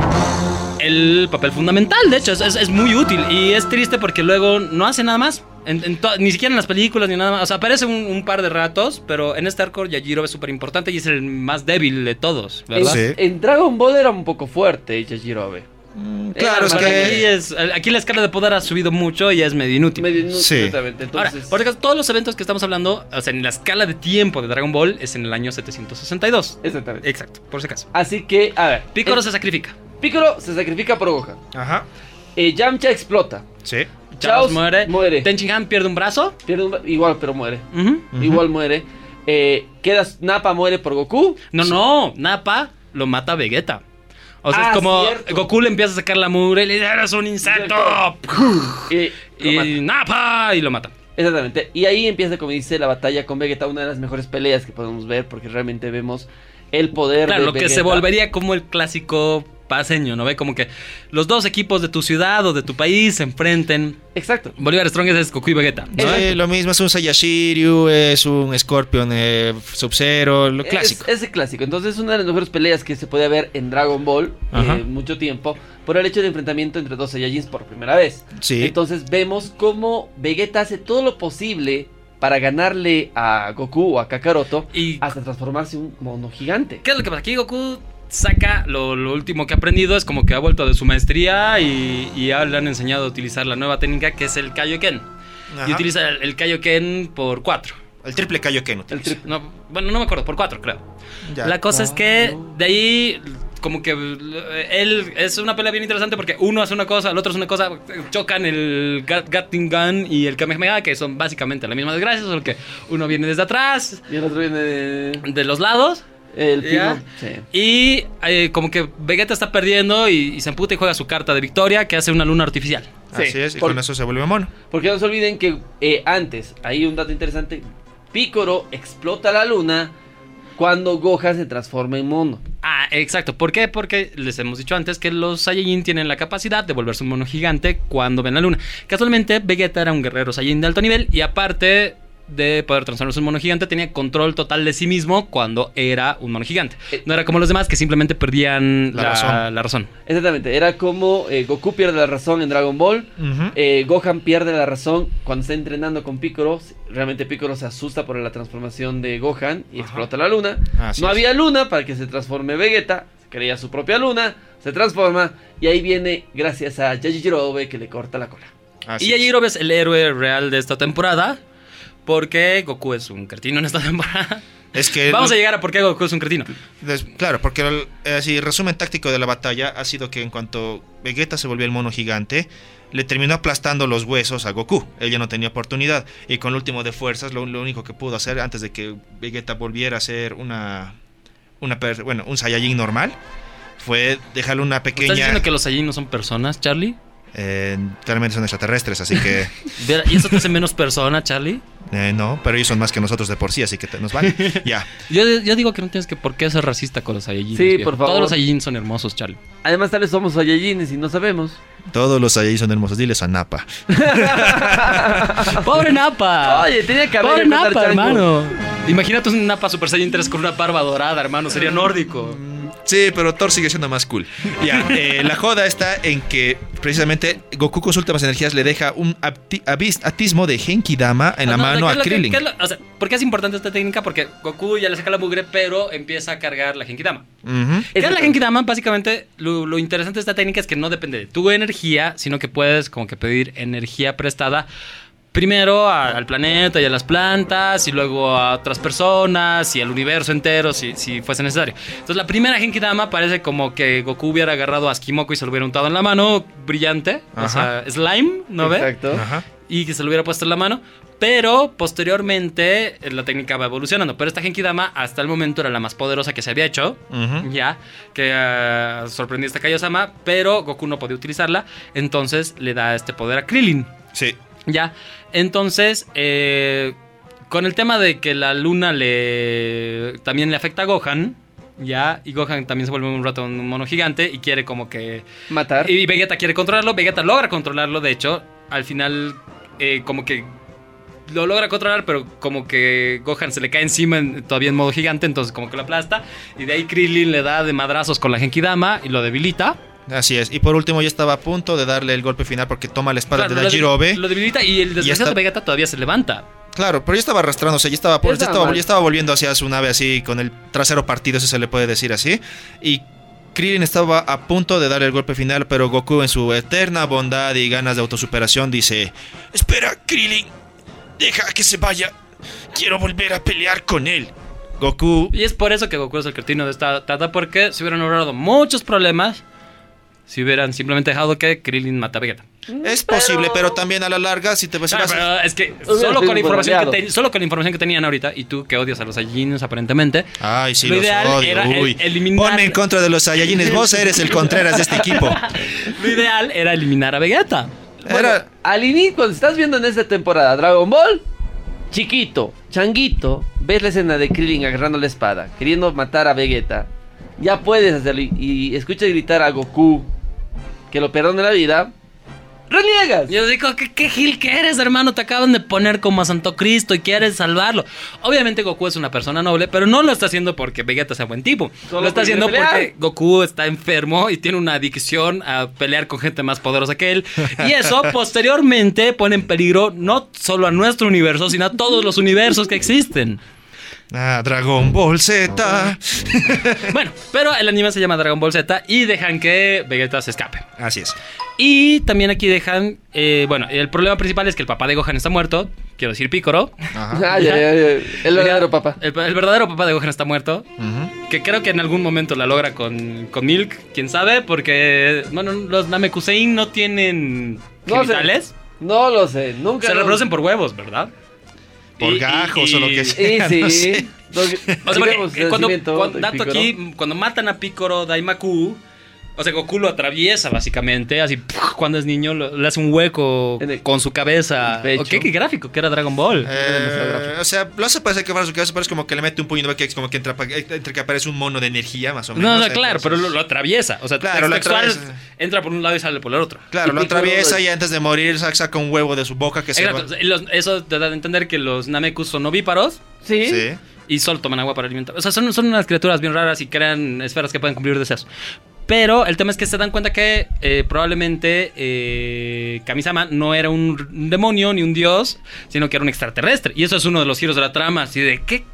S3: el papel fundamental, de hecho, es, es- es muy útil y es triste porque luego no hace nada más. En- en to- ni siquiera en las películas ni nada más. O sea, aparece un, un par de ratos, pero en este arco Yajirobe es súper importante y es el más débil de todos, ¿verdad?
S1: Sí.
S2: En Dragon Ball era un poco fuerte Yajirobe.
S1: Mm, Claro, es
S3: Pero Aquí,
S1: que
S3: es- aquí la escala de poder ha subido mucho y es medio inútil.
S2: Medio inútil,
S1: Sí.
S2: exactamente. Entonces,
S3: Ahora, por si acaso, todos los eventos que estamos hablando, o sea, en la escala de tiempo de Dragon Ball es en el año 762.
S2: exactamente.
S3: Exacto, por si acaso.
S2: Así que, a ver.
S3: Piccolo
S2: eh,
S3: se sacrifica.
S2: Piccolo se sacrifica por Gohan.
S1: Ajá,
S2: Eh, Yamcha explota.
S1: sí.
S3: Chaos
S2: Chaos
S3: muere.
S2: muere.
S3: Tenshinhan pierde un brazo.
S2: Pierde un- Igual, pero muere.
S3: Ujú.
S1: Ujú.
S2: Igual muere. Eh, queda Nappa muere por Goku.
S3: No, no, Nappa lo mata a Vegeta. O sea,
S2: Ah,
S3: es como
S2: cierto.
S3: Goku le empieza a sacar la mugre y le dice, eres un insecto.
S2: Eh, lo mata.
S3: Y Nappa y lo mata.
S2: Exactamente. Y ahí empieza, como dice, la batalla con Vegeta. Una de las mejores peleas que podemos ver. Porque realmente vemos el poder
S3: Claro,
S2: de
S3: lo que
S2: Vegeta.
S3: se volvería como el clásico paseño, ¿no ve? Como que los dos equipos de tu ciudad o de tu país se enfrenten.
S2: Exacto.
S3: Bolívar Strong es Goku y Vegeta. ¿no?
S1: Sí, Eh, lo mismo es un Sayashiryu, es un Scorpion eh, Sub-Zero, lo
S2: Es-
S1: clásico.
S2: Es, el clásico. Entonces es una de las mejores peleas que se podía ver en Dragon Ball
S1: Ajá.
S2: eh, mucho tiempo por el hecho del enfrentamiento entre dos Saiyajins por primera vez.
S1: Sí.
S2: Entonces vemos cómo Vegeta hace todo lo posible para ganarle a Goku o a Kakaroto
S3: Y
S2: hasta transformarse en un mono gigante.
S3: ¿Qué es lo que pasa? Aquí Goku saca lo, lo último que ha aprendido, es como que ha vuelto de su maestría y, y ya le han enseñado a utilizar la nueva técnica que es el Kaioken.
S1: Ajá.
S3: Y utiliza el, el Kaioken por 4.
S1: El triple Kaioken
S2: El
S1: utiliza.
S2: tri-
S3: No, bueno, no me acuerdo, por 4 creo.
S1: Ya.
S3: La cosa es que
S2: Claro.
S3: de ahí como que eh, él es una pelea bien interesante porque uno hace una cosa, el otro hace una cosa, eh, chocan el Gat- Gatling Gun y el Kamehameha que son básicamente la misma desgracia, solo que uno viene desde atrás,
S2: Y el otro viene de-
S3: de los lados
S2: el
S3: Ya.
S2: pino. Sí.
S3: Y eh, como que Vegeta está perdiendo y, y se emputa y juega su carta de victoria que hace una luna artificial.
S1: Así
S2: Sí,
S1: es, y
S2: por-
S1: con eso se vuelve mono.
S2: Porque no se olviden que eh, antes, hay un dato interesante, Picoro explota la luna cuando Gohan se transforma en mono.
S3: Ah, exacto. ¿Por qué? Porque les hemos dicho antes que los Saiyajin tienen la capacidad de volverse un mono gigante cuando ven la luna. Casualmente, Vegeta era un guerrero Saiyajin de alto nivel y aparte de poder transformarse en mono gigante, tenía control total de sí mismo cuando era un mono gigante. No era como los demás que simplemente perdían
S1: Eh.
S3: la,
S1: La razón.
S3: la razón.
S2: Exactamente, era como eh, Goku pierde la razón en Dragon Ball.
S1: Ujú.
S2: eh, Gohan pierde la razón cuando está entrenando con Piccolo. Realmente Piccolo se asusta por la transformación de Gohan y
S1: Ajá.
S2: explota la luna.
S1: Así
S2: no
S1: es.
S2: había luna para que se transforme Vegeta. Crea su propia luna, se transforma y ahí viene gracias a Yajirobe que le corta la cola.
S1: Así
S3: Y
S1: es.
S3: Yajirobe es el héroe real de esta temporada porque Goku es un cretino en esta temporada.
S1: Es que
S3: Vamos
S1: lo-
S3: a llegar a por qué Goku es un cretino.
S1: Des- claro, porque el, eh, así, resumen táctico de la batalla ha sido que en cuanto Vegeta se volvió el mono gigante, le terminó aplastando los huesos a Goku. Él ya no tenía oportunidad. Y con el último de fuerzas, lo, lo único que pudo hacer antes de que Vegeta volviera a ser una. una per- bueno, un Saiyajin normal, fue dejarle una
S3: ¿Estás
S1: pequeña.
S3: diciendo que los Saiyajin no son personas, Charlie?
S1: Eh, claramente son extraterrestres, así
S3: *laughs*
S1: que.
S3: Ver- ¿Y eso te hace menos persona, Charlie?
S1: eh, no, pero ellos son más que nosotros de por sí, así que te- nos van. ya.
S3: Yo, yo digo que no tienes que por qué ser racista con los Saiyajin.
S2: Sí, por favor.
S3: Todos los Saiyajin son hermosos,
S2: *laughs*
S3: Charlie.
S2: Además, tal vez somos Saiyajines y no sabemos.
S1: Todos los Saiyajin son hermosos. Diles a Napa.
S3: ¡Pobre Napa!
S2: Oye, tenía que haber
S3: ¡Pobre
S2: empezado Chango.
S3: Napa, Ah. hermano! Imagínate un Napa Super Saiyan 3 con una barba dorada, hermano. Sería
S2: Mm.
S3: nórdico.
S1: Sí, pero Thor sigue siendo más cool. Ya, eh, la joda está en que precisamente Goku con sus últimas energías le deja un apti- abis- atismo de Genki Dama en la
S3: Ah, No,
S1: mano
S3: no, ¿qué
S1: a
S3: es lo que-
S1: Krillin.
S3: qué es lo- o sea, ¿Por qué es importante esta técnica? Porque Goku ya le saca la mugre, pero empieza a cargar la Genkidama.
S1: Ujú.
S3: ¿Qué es la
S2: Exactamente.
S3: Genkidama? Básicamente, lo, lo interesante de esta técnica es que no depende de tu energía, sino que puedes como que pedir energía prestada primero a- al planeta y a las plantas, y luego a otras personas, y al universo entero, si, si fuese necesario. Entonces, la primera Genkidama parece como que Goku hubiera agarrado a Kimoku y se lo hubiera untado en la mano, brillante, o sea, slime, ¿no ve?
S2: Exacto.
S1: Ajá.
S3: y que se lo hubiera puesto en la mano. Pero posteriormente eh, la técnica va evolucionando. Pero esta Genkidama hasta el momento era la más poderosa que se había hecho.
S1: Ujú.
S3: Ya, que eh, sorprendió a esta Kaiosama, pero Goku no podía utilizarla. Entonces le da este poder a Krillin.
S1: Sí.
S3: Ya, entonces, eh, con el tema de que la luna le también le afecta a Gohan. Ya, y Gohan también se vuelve un rato un mono gigante y quiere como que
S2: Matar.
S3: y Vegeta quiere controlarlo, Vegeta logra controlarlo, de hecho, al final eh, como que lo logra controlar, pero como que Gohan se le cae encima en- todavía en modo gigante, entonces como que lo aplasta. Y de ahí Krillin le da de madrazos con la Genkidama y lo debilita.
S1: Así es. Y por último, ya estaba a punto de darle el golpe final porque toma la espada
S3: Claro,
S1: de
S3: lo,
S1: la Jirobe.
S3: debil- lo debilita y el desgraciado
S1: está-
S3: Vegeta todavía se levanta.
S1: Claro, pero ya estaba arrastrándose, ya estaba, por-
S2: Ya
S1: ya
S2: estaba
S1: estaba,
S2: mal.
S1: ya estaba volviendo hacia su nave así, con el trasero partido, si se le puede decir así. Y Krillin estaba a punto de dar el golpe final, pero Goku en su eterna bondad y ganas de autosuperación dice, espera, Krillin, deja que se vaya, quiero volver a pelear con él. Goku,
S3: Y es por eso que Goku es el cretino de esta tata, porque se hubieran ahorrado muchos problemas si hubieran simplemente dejado que Krillin mata a Vegeta.
S1: es posible, pero también a la larga, si te vas
S3: Ah,
S1: vas-
S3: pero es que
S2: Hubiera
S3: solo
S2: sido
S3: con, la información que
S2: bombardeado.
S3: ten- solo con la información que tenían ahorita, y tú que odias a los Saiyajins aparentemente,
S1: Ay, sí,
S3: Lo
S1: los
S3: ideal
S1: odio.
S3: era el-
S1: uy.
S3: eliminar-
S1: Ponme en contra de los Saiyajines. Vos eres el Contreras de este
S3: *laughs*
S1: equipo.
S3: lo ideal era eliminar a Vegeta.
S1: Era,
S2: Al inicio, cuando estás viendo en esta temporada Dragon Ball, chiquito, changuito, ves la escena de Krillin agarrando la espada, queriendo matar a Vegeta. Ya puedes hacerlo y, y escuchas gritar a Goku que lo perdone la vida. ¡Reniegas!
S3: Yo digo, ¿qué, qué gil que eres, hermano? Te acaban de poner como a Santo Cristo y quieres salvarlo. Obviamente Goku es una persona noble, pero no lo está haciendo porque Vegeta sea buen tipo.
S2: Solo
S3: lo está
S2: porque
S3: haciendo
S2: quiere pelear.
S3: porque Goku está enfermo y tiene una adicción a pelear con gente más poderosa que él.
S2: *laughs*
S3: Y eso posteriormente pone en peligro no solo a nuestro universo, sino a todos los universos que existen.
S1: ah, Dragon Ball Z.
S3: Bueno, pero el anime se llama Dragon Ball Z y dejan que Vegeta se escape.
S1: Así es.
S3: Y también aquí dejan, eh, bueno, el problema principal es que el papá de Gohan está muerto, quiero decir Picoro.
S1: Ajá.
S2: Ah, ya, ya, ya. El verdadero papá.
S3: El, el verdadero papá de Gohan está muerto.
S1: Ujú.
S3: Que creo que en algún momento la logra con, con Milk, quién sabe, porque, bueno, los Namekusein no tienen
S2: No sé.
S3: genitales.
S2: No lo sé, nunca.
S3: Se
S2: lo-
S3: reproducen por huevos, ¿verdad?
S1: Por gajos o lo que sea.
S2: *laughs* Y sí.
S1: No sé.
S2: Lo
S3: *laughs*
S2: que-
S3: O sea, porque,
S2: digamos,
S3: eh, cuando,
S2: nacimiento
S3: cuando-
S2: de
S3: dato
S2: Piccolo.
S3: aquí, cuando matan a Picoro Daimaku, o sea, Goku lo atraviesa básicamente, así ¡puf! cuando es niño lo- le hace un hueco
S2: En el-
S3: con su cabeza.
S2: el pecho.
S3: ¿O qué, qué gráfico que era Dragon Ball?
S1: Eh, o sea, lo hace parecer que va a su cabeza, pero es como que le mete un puño, ¿no? que es como que entra, entre que aparece un mono de energía, más o menos.
S3: no, no,
S1: Entonces,
S3: claro, pero lo, lo atraviesa. O sea,
S1: pues, Claro, lo
S3: textual,
S1: atraviesa.
S3: entra por un lado y sale por el otro.
S1: Claro, lo
S2: Típico
S1: atraviesa
S2: de-
S1: y antes de morir saca saca un huevo de su boca que se va.
S3: Exacto, los- eso te da a entender que los Namekus son ovíparos
S2: Sí.
S1: Sí.
S3: y solo toman agua para alimentar. O sea, son, son unas criaturas bien raras y crean esferas que pueden cumplir deseos. Pero el tema es que se dan cuenta que eh, probablemente eh, Kamisama no era un r- un demonio ni un dios, sino que era un extraterrestre. Y eso es uno de los giros de la trama, así de ¿qué?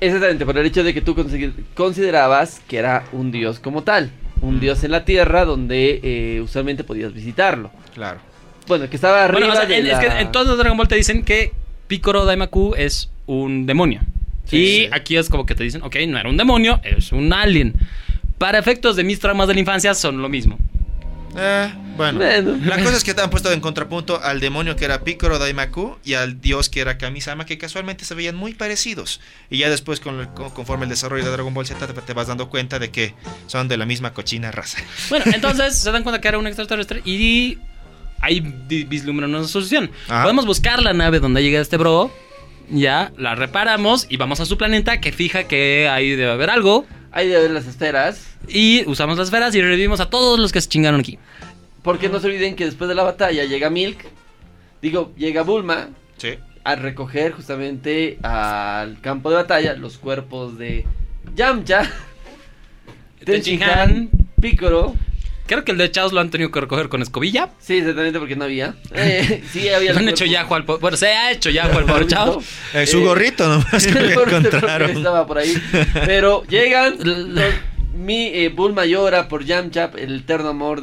S2: Exactamente, por el hecho de que tú consi- considerabas que era un dios como tal. Un dios en la tierra donde eh, usualmente podías visitarlo.
S1: Claro.
S2: Bueno, que estaba arriba.
S3: Bueno, o sea,
S2: de
S3: en- es
S2: la-
S3: que en todos los Dragon Ball te dicen que Piccolo Daimaku es un demonio.
S1: Sí,
S3: y
S1: sí.
S3: aquí es como que te dicen, ok, no era un demonio, es un alien. Para efectos de mis traumas de la infancia son lo mismo.
S1: Eh, bueno.
S2: Bueno.
S1: La cosa es que te han puesto en contrapunto al demonio que era Piccolo Daimaku y al dios que era Kamisama, que casualmente se veían muy parecidos. Y ya después, con el- con- conforme el desarrollo de Dragon Ball Z, te, te vas dando cuenta de que son de la misma cochina raza.
S3: Bueno, entonces se dan cuenta que era un extraterrestre y ahí di- vislumbran una solución.
S1: Ajá.
S3: Podemos buscar la nave donde llega este bro, ya, la reparamos y vamos a su planeta que fija que ahí debe haber algo.
S2: Ahí debe haber las esferas.
S3: Y usamos las velas y revivimos a todos los que se chingaron aquí.
S2: Porque no se olviden que después de la batalla llega Milk. Digo, llega Bulma
S1: Sí.
S2: a recoger justamente al campo de batalla los cuerpos de Yamcha,
S3: Tenchin
S2: Tenchin
S3: Han.
S2: Han, Piccolo.
S3: Creo que el de Chaos lo han tenido que recoger con escobilla.
S2: Sí, exactamente porque no había. Eh, sí, había
S3: Lo
S2: los
S3: han hecho
S2: cuerpos.
S3: yajo al po- Bueno, se ha hecho yajo al pobre
S2: *laughs*
S3: Chaos.
S1: Eh, su
S2: Eh,
S1: gorrito nomás que
S2: El pobre
S1: encontraron.
S2: Tenchin estaba por ahí. Pero llegan los- mi eh, Bulma llora por Yamcha, el eterno amor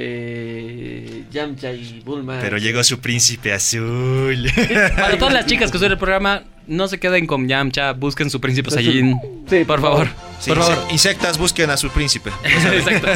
S2: de eh, Yamcha y Bulma.
S1: Pero llegó su príncipe
S3: *laughs*
S1: azul.
S3: Para todas las chicas que suben el programa, no se queden con Yamcha, busquen su príncipe Saiyajin.
S2: Sí, por
S3: por favor.
S2: favor.
S1: Sí,
S3: por favor.
S1: sí, Insectas busquen a su
S3: *laughs*
S1: príncipe.
S3: Exacto.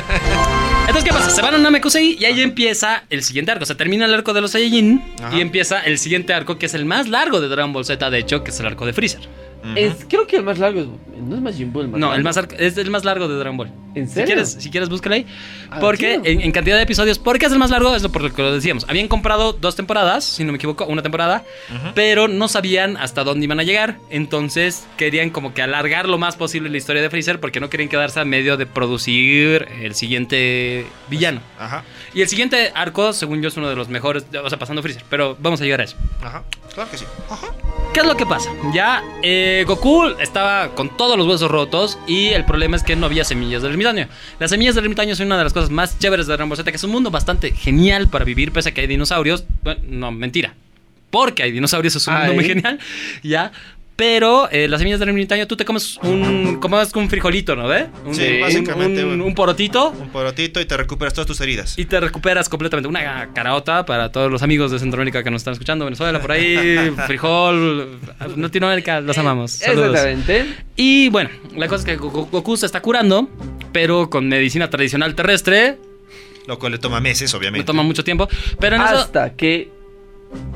S3: Entonces, ¿qué pasa? Se van a Namekusei y ahí empieza el siguiente arco. Se termina el arco de los Saiyajin
S1: Ajá.
S3: y empieza el siguiente arco, que es el más largo de Dragon Ball Z, de hecho, que es el arco de Freezer.
S1: Ujú.
S2: Es, creo que el más largo es. No es Majin Buu el más
S3: No,
S2: largo.
S3: el más arca- es el más largo de Dragon Ball.
S2: ¿En
S3: Si
S2: serio?
S3: quieres, si quieres, búscala ahí.
S2: Ah,
S3: Porque
S2: ¿en serio?
S3: en, en cantidad de episodios, porque es el más largo, es lo por lo que lo decíamos. Habían comprado dos temporadas, si no me equivoco, una temporada, pero no sabían hasta dónde iban a llegar. Entonces querían como que alargar lo más posible la historia de Freezer porque no querían quedarse a medio de producir el siguiente villano.
S1: Ajá,
S3: Y el siguiente arco, según yo, es uno de los mejores, o sea, pasando Freezer, pero vamos a llegar a eso.
S1: ajá. Claro que sí. Ajá.
S3: ¿Qué es lo que pasa? Ya eh, Goku estaba con todos los huesos rotos y el problema es que no había semillas del ermitaño. Las semillas del ermitaño son una de las cosas más chéveres de Dragon Ball Z, que es un mundo bastante genial para vivir pese a que hay dinosaurios. Bueno, no, mentira. Porque hay dinosaurios, es un mundo
S2: Ay.
S3: muy genial. Ya. Pero eh, las semillas del ermitaño, tú te comes un, comes un frijolito, ¿no ve? Un,
S1: Sí,
S3: un-
S1: básicamente,
S3: un-
S1: bueno.
S3: un porotito
S1: Un porotito y te recuperas todas tus heridas.
S3: y te recuperas completamente. Una caraota para todos los amigos de Centroamérica que nos están escuchando. Venezuela,
S2: *laughs*
S3: por ahí, frijol, Latinoamérica,
S2: Eh,
S3: los amamos. Saludos.
S2: Exactamente.
S3: Y bueno, la cosa es que Go- Goku se está curando, pero con medicina tradicional terrestre.
S1: Lo cual le toma meses,
S3: No
S1: obviamente.
S3: toma mucho tiempo. Pero en eso,
S2: Hasta que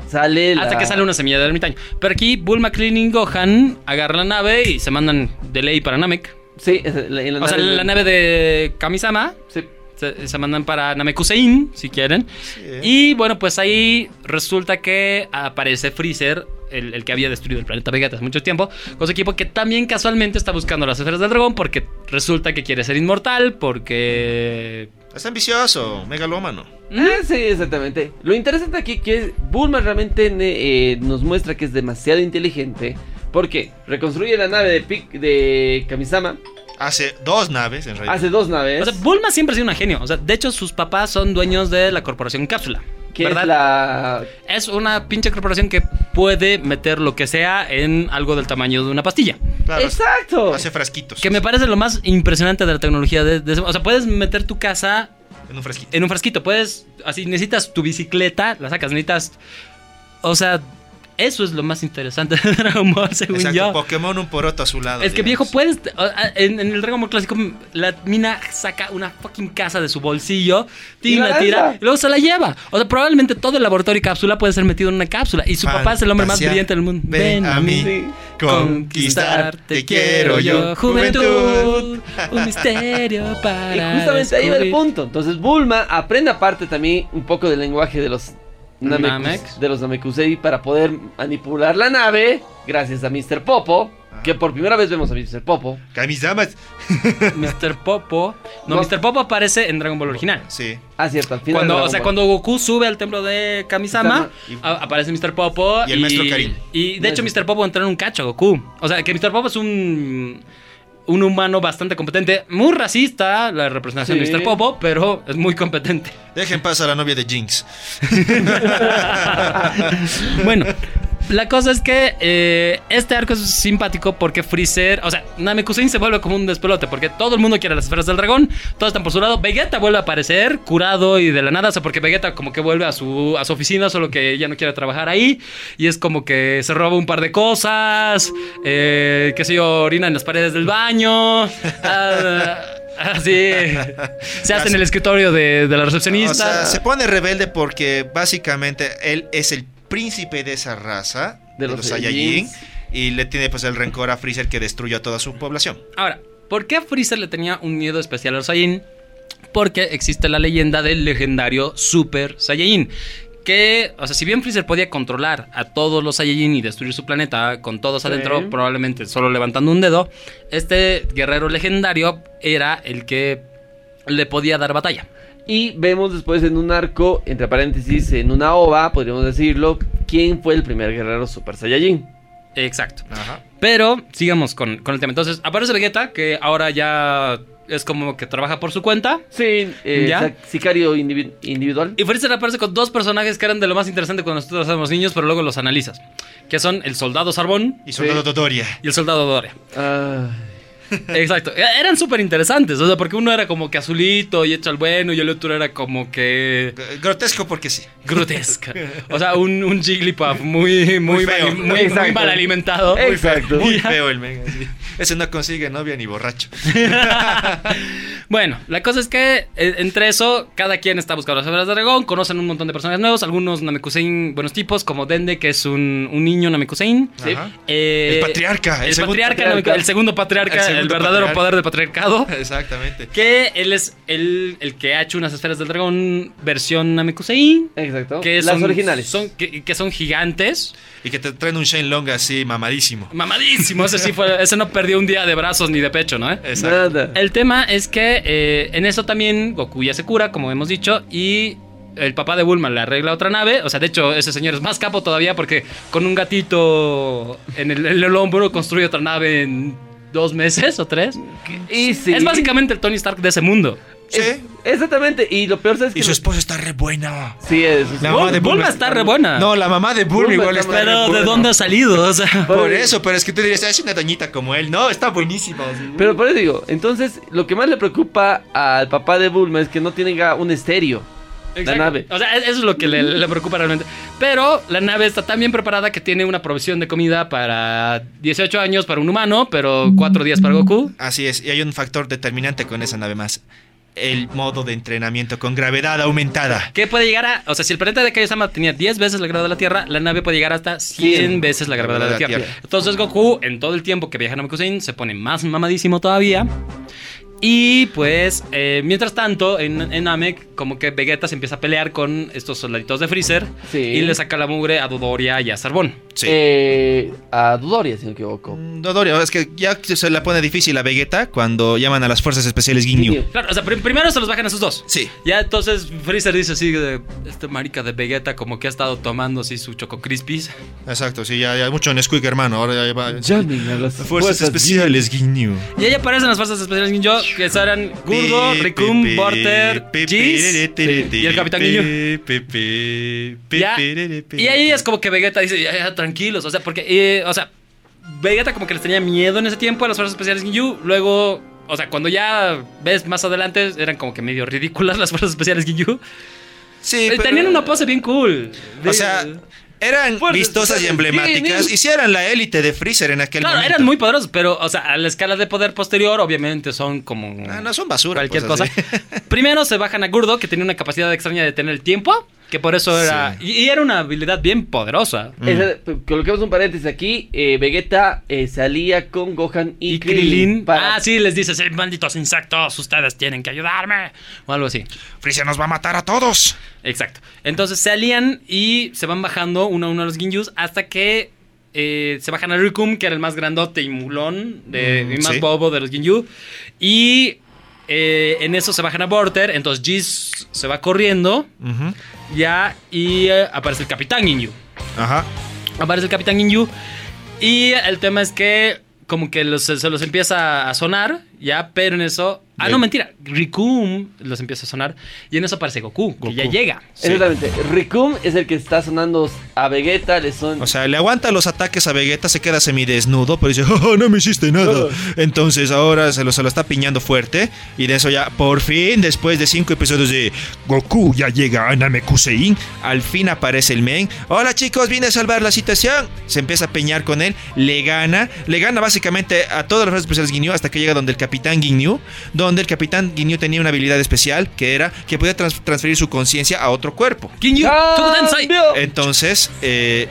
S2: sale la...
S3: hasta que sale una semilla de ermitaño. Pero aquí Bulma, Krillin y Gohan agarran la nave y se mandan de ley para Namek.
S2: Sí, es la- en la
S3: O sea,
S2: nave-
S3: la nave de Kamisama.
S2: Sí.
S3: Se, se mandan para Namekusein, si quieren.
S1: Sí, eh.
S3: Y bueno, pues ahí resulta que aparece Freezer, el, el que había destruido el planeta Vegeta hace mucho tiempo, con su equipo que también casualmente está buscando las esferas del dragón porque resulta que quiere ser inmortal, porque...
S1: Es ambicioso, megalómano.
S2: Ah, sí, exactamente. Lo interesante aquí que es Bulma realmente ne- eh, nos muestra que es demasiado inteligente. Porque reconstruye la nave de, Pic- de Kamisama.
S1: Hace dos naves, en realidad.
S2: Hace dos naves.
S3: O sea, Bulma siempre ha sido una genio. O sea, de hecho sus papás son dueños de la corporación Cápsula.
S2: que
S3: ¿verdad?
S2: es la...
S3: Es una pinche corporación que puede meter lo que sea en algo del tamaño de una pastilla.
S1: Claro,
S2: ¡Exacto!
S1: Hace frasquitos.
S3: Que me parece lo más impresionante de la tecnología. de- de- o sea, puedes meter tu casa
S1: En un frasquito.
S3: en un frasquito. Puedes, así necesitas tu bicicleta, la sacas, necesitas. O sea, eso es lo más interesante de *laughs* Dragon Ball, *laughs* según
S1: Exacto,
S3: yo.
S1: Pokémon un poroto a su lado.
S3: Es que viejo, pues,
S1: digamos.
S3: puedes. o- a- En, en el Dragon Ball clásico, la mina saca una fucking casa de su bolsillo,
S2: Y
S3: tin,
S2: la
S3: la tira
S2: lanza.
S3: y luego se la lleva. O sea, probablemente todo el laboratorio y cápsula puede ser metido en una cápsula. Y su papá es el hombre más
S1: Fantasía.
S3: brillante del mundo.
S1: Ven a mí.
S2: Sí.
S1: Conquistar, te quiero yo.
S3: Juventud,
S1: Juventud. *laughs*
S3: un misterio para.
S2: Y justamente ahí va el
S3: descubrir.
S2: punto. Entonces Bulma aprende aparte también un poco del lenguaje de los Namekus-
S3: Namek.
S2: de los Namekusei para poder manipular la nave gracias a Mr. Popo,
S1: Ajá.
S2: que por primera vez vemos a Mr. Popo.
S1: Kamisamas.
S3: Mr. Popo. No,
S2: No.
S3: Mr. Popo aparece en Dragon Ball original.
S1: Sí.
S2: Ah, cierto, al final.
S3: Cuando,
S2: de
S3: o sea,
S2: Dragon
S3: cuando Goku sube al templo de Kamisama,
S1: Kamisama.
S3: a- aparece Mr. Popo.
S1: Y el maestro Karin.
S3: Y de hecho, Mr. Popo entró en un cacho a Goku. O sea, que Mr. Popo es un. Un humano bastante competente, muy racista la representación
S2: Sí.
S3: de Mr. Popo, pero es muy competente.
S1: Dejen pasar a la novia de
S2: *laughs*
S1: Jinx.
S3: *laughs* bueno, la cosa es que eh, este arco es simpático porque Freezer, o sea, Namekusein se vuelve como un despelote porque todo el mundo quiere las esferas del dragón, todos están por su lado, Vegeta vuelve a aparecer curado y de la nada, o sea, porque Vegeta como que vuelve a su, a su oficina, solo que ya no quiere trabajar ahí y es como que se roba un par de cosas, eh, qué sé yo, orina en las paredes del baño, *laughs* ah, así, se hace en el escritorio de, de la recepcionista.
S1: O sea, se pone rebelde porque básicamente él es el príncipe de esa raza.
S2: De
S1: De,
S2: los
S1: los, Saiyajin.
S2: Saiyajins.
S1: Y le tiene pues el rencor a Freezer que destruyó a toda su población.
S3: Ahora, ¿por qué a Freezer le tenía un miedo especial al Saiyajin? Porque existe la leyenda del legendario Super Saiyajin. Que, o sea, si bien Freezer podía controlar a todos los Saiyajin y destruir su planeta con todos
S2: Sí.
S3: adentro, probablemente solo levantando un dedo, este guerrero legendario era el que le podía dar batalla.
S2: Ball. Y vemos después en un arco, entre paréntesis, en una ova, podríamos decirlo, quién fue el primer guerrero Super Saiyajin.
S3: Exacto.
S1: Ajá.
S3: Pero sigamos con, con el tema. Entonces, aparece Vegeta, que ahora ya es como que trabaja por su cuenta.
S2: Sí, eh,
S3: ¿Ya?
S2: sac- sicario indivi- individual.
S3: Y Freezer aparece con dos personajes que eran de lo más interesante cuando nosotros éramos niños, pero luego los analizas. Que son el soldado Sarbón
S1: Y soldado
S2: Sí.
S1: Dodoria.
S3: y el soldado Doria.
S2: Ah,
S3: Exacto. E- Eran súper interesantes, o sea, porque uno era como que azulito y hecho al bueno y el otro era como que
S1: Grotesco porque sí.
S3: grotesca. O sea, un, un Jigglypuff muy, muy,
S1: Muy
S3: mal,
S1: feo.
S3: muy- muy
S2: Exacto.
S3: mal alimentado.
S2: Exacto.
S1: Muy feo el mega. sí. Ese no consigue novia ni
S2: *laughs*
S1: borracho.
S3: bueno, la cosa es que eh, entre eso, cada quien está buscando las obras de Aragón, conocen un montón de personajes nuevos, algunos Namekusein buenos tipos, como Dende, que es un, un niño Namekusein.
S2: Sí.
S1: Ajá.
S3: Eh,
S1: El patriarca, el
S3: El,
S1: segundo
S3: patriarca,
S2: patriarca.
S3: el segundo patriarca,
S1: El
S3: el,
S1: segundo
S3: verdadero
S1: patriarca.
S3: poder del patriarcado.
S1: Exactamente.
S3: Que él es el, el que ha hecho unas esferas del dragón versión Namekusein.
S2: Exacto.
S3: Que
S2: Las
S3: son,
S2: originales.
S3: Son, que, que son gigantes.
S1: Y que te traen un Shane Long así mamadísimo.
S3: Mamadísimo. Ese sí fue. Ese no perdió un día de brazos ni de pecho, ¿no? eh?
S1: Exacto.
S2: Nada.
S3: El tema es que eh, en eso también Goku ya se cura, como hemos dicho, y el papá de Bulma le arregla otra nave. O sea, de hecho, ese señor es más capo todavía porque con un gatito en el, en el hombro construye otra nave en dos meses o tres.
S2: Y sí.
S3: Es básicamente el Tony Stark de ese mundo.
S2: Es-
S1: Sí.
S2: Exactamente. Y lo peor es que.
S1: Y su esposa está re buena.
S2: Sí, es.
S1: La mamá de
S3: Bulma
S1: Bulma.
S3: está re buena.
S1: No, la mamá de Bulma
S2: Bulma
S1: igual
S2: Ah.
S1: está
S2: está buena.
S1: re
S3: pero ¿de
S1: buena.
S3: dónde ha salido? O sea,
S1: Por eso, pero es que tú dirías, es una doñita como él. No, está buenísima.
S2: Pero por eso digo, entonces lo que más le preocupa al papá de Bulma es que no tenga un estéreo.
S3: Exacto.
S2: nave.
S3: O sea, e-, eso es lo que le, le preocupa realmente. Pero la nave está tan bien preparada que tiene una provisión de comida para 18 años para un humano, pero 4 días para Goku.
S1: Así es, y hay un factor determinante con esa nave más. El modo de entrenamiento con gravedad aumentada.
S3: Que puede llegar a. O sea, si el planeta de Kaiosama tenía 10 veces la gravedad de la Tierra, la nave puede llegar hasta 100
S2: Cien.
S3: veces la gravedad de la Tierra. Entonces, Goku, en todo el tiempo que viaja a Namekusein, se pone más mamadísimo todavía. Y pues, eh, mientras tanto, en, en Namek, como que Vegeta se empieza a pelear con estos soldaditos de Freezer
S2: Sí.
S3: y le saca la mugre a Dodoria y a Sarbón.
S1: Sí.
S2: Eh, a Dodoria, si no me equivoco.
S1: Mm, Dodoria, es que ya se la pone difícil a Vegeta cuando llaman a las fuerzas especiales Ginyu.
S2: Ginyu.
S3: Claro, o sea, prim- primero se los bajan a esos dos.
S1: Sí.
S3: Ya entonces Freezer dice así: de, Este marica de Vegeta, como que ha estado tomando así su Choco Crispies.
S1: Exacto, sí, ya, ya mucho en Squeak, hermano. Ahora ya va.
S2: Llamen a las
S1: Fuerzas, especiales Ginyu.
S3: Y ahí aparecen las fuerzas especiales Ninja, que eran Gordo,
S1: Pi, pi,
S3: Ricum,
S1: pi,
S3: Borter,
S1: pi,
S3: Jis
S1: pi, pi,
S3: y el Capitán
S1: pi,
S3: Ginyu.
S1: pi, pi, pi,
S3: Ya,
S1: pi, pi,
S3: y ahí es como que Vegeta dice, ya, ya, tranquilos, o sea, porque, eh, o sea, Vegeta como que les tenía miedo en ese tiempo a las fuerzas especiales Ginyu, luego, o sea, cuando ya ves más adelante, eran como que medio ridículas las fuerzas especiales Ginyu.
S1: Sí,
S3: Eh,
S1: pero-
S3: Tenían una pose bien cool.
S1: O sea, eran
S2: Fuerzas
S1: vistosas y
S2: especiales
S1: emblemáticas.
S2: Ginyu.
S1: Y sí eran la élite de Freezer en aquel
S3: Claro,
S1: momento.
S3: eran muy poderosos, pero, o sea, a la escala de poder posterior, obviamente son como...
S1: Ah, no son basura.
S3: cualquier
S1: pues,
S3: cosa.
S1: así.
S3: *laughs* Primero se bajan a Gurdo, que tenía una capacidad extraña de tener el tiempo, que por eso era.
S1: Sí.
S3: Y, y era una habilidad bien poderosa.
S2: Esa- pues, Coloquemos un paréntesis aquí. eh, Vegeta eh, salía con Gohan y,
S3: Y Krilin.
S2: para-
S3: Ah, sí, les dice: "Sí, malditos insectos, ustedes tienen que ayudarme. O algo así.
S1: *laughs* Freezer nos va a matar a todos.
S3: Exacto. Entonces se alían y se van bajando uno a uno a los Ginjus hasta que. eh, se bajan a Rikum, que era el más grandote y mulón de,
S1: Mm,
S3: y más
S1: sí.
S3: bobo de los Ginyu. Y eh, en eso se bajan a Borter. Entonces Jis se va corriendo.
S1: Ujú.
S3: Ya, y eh, aparece el Capitán Ginyu.
S1: Ajá.
S3: Aparece el Capitán Ginyu. Y el tema es que, como que los- se los empieza a sonar, ya, pero en eso. Ah,
S1: Bien.
S3: no, mentira. Rikum los empieza a sonar. Y en eso aparece Goku, que ya
S1: Goku.
S3: llega.
S2: Exactamente. Ricum es el que está sonando a Vegeta. Le son.
S1: O sea, le aguanta los ataques a Vegeta, se queda semidesnudo, pero dice, *laughs* "Oh, no me hiciste nada. Entonces ahora se lo, se lo está piñando fuerte. Y de eso ya, por fin, después de cinco episodios de Goku ya llega a Namekusein, al fin aparece el men. Hola chicos, vine a salvar la situación. Se empieza a peñar con él, le gana, le gana básicamente a todas las fuerzas especiales Ginyu hasta que llega donde el capitán Ginyu, donde el capitán Ginyu tenía una habilidad especial que era que podía trans- transferir su conciencia a otro cuerpo.
S3: Ginyu, Tokudensai.
S2: ¡Cambio!
S1: Entonces, eh,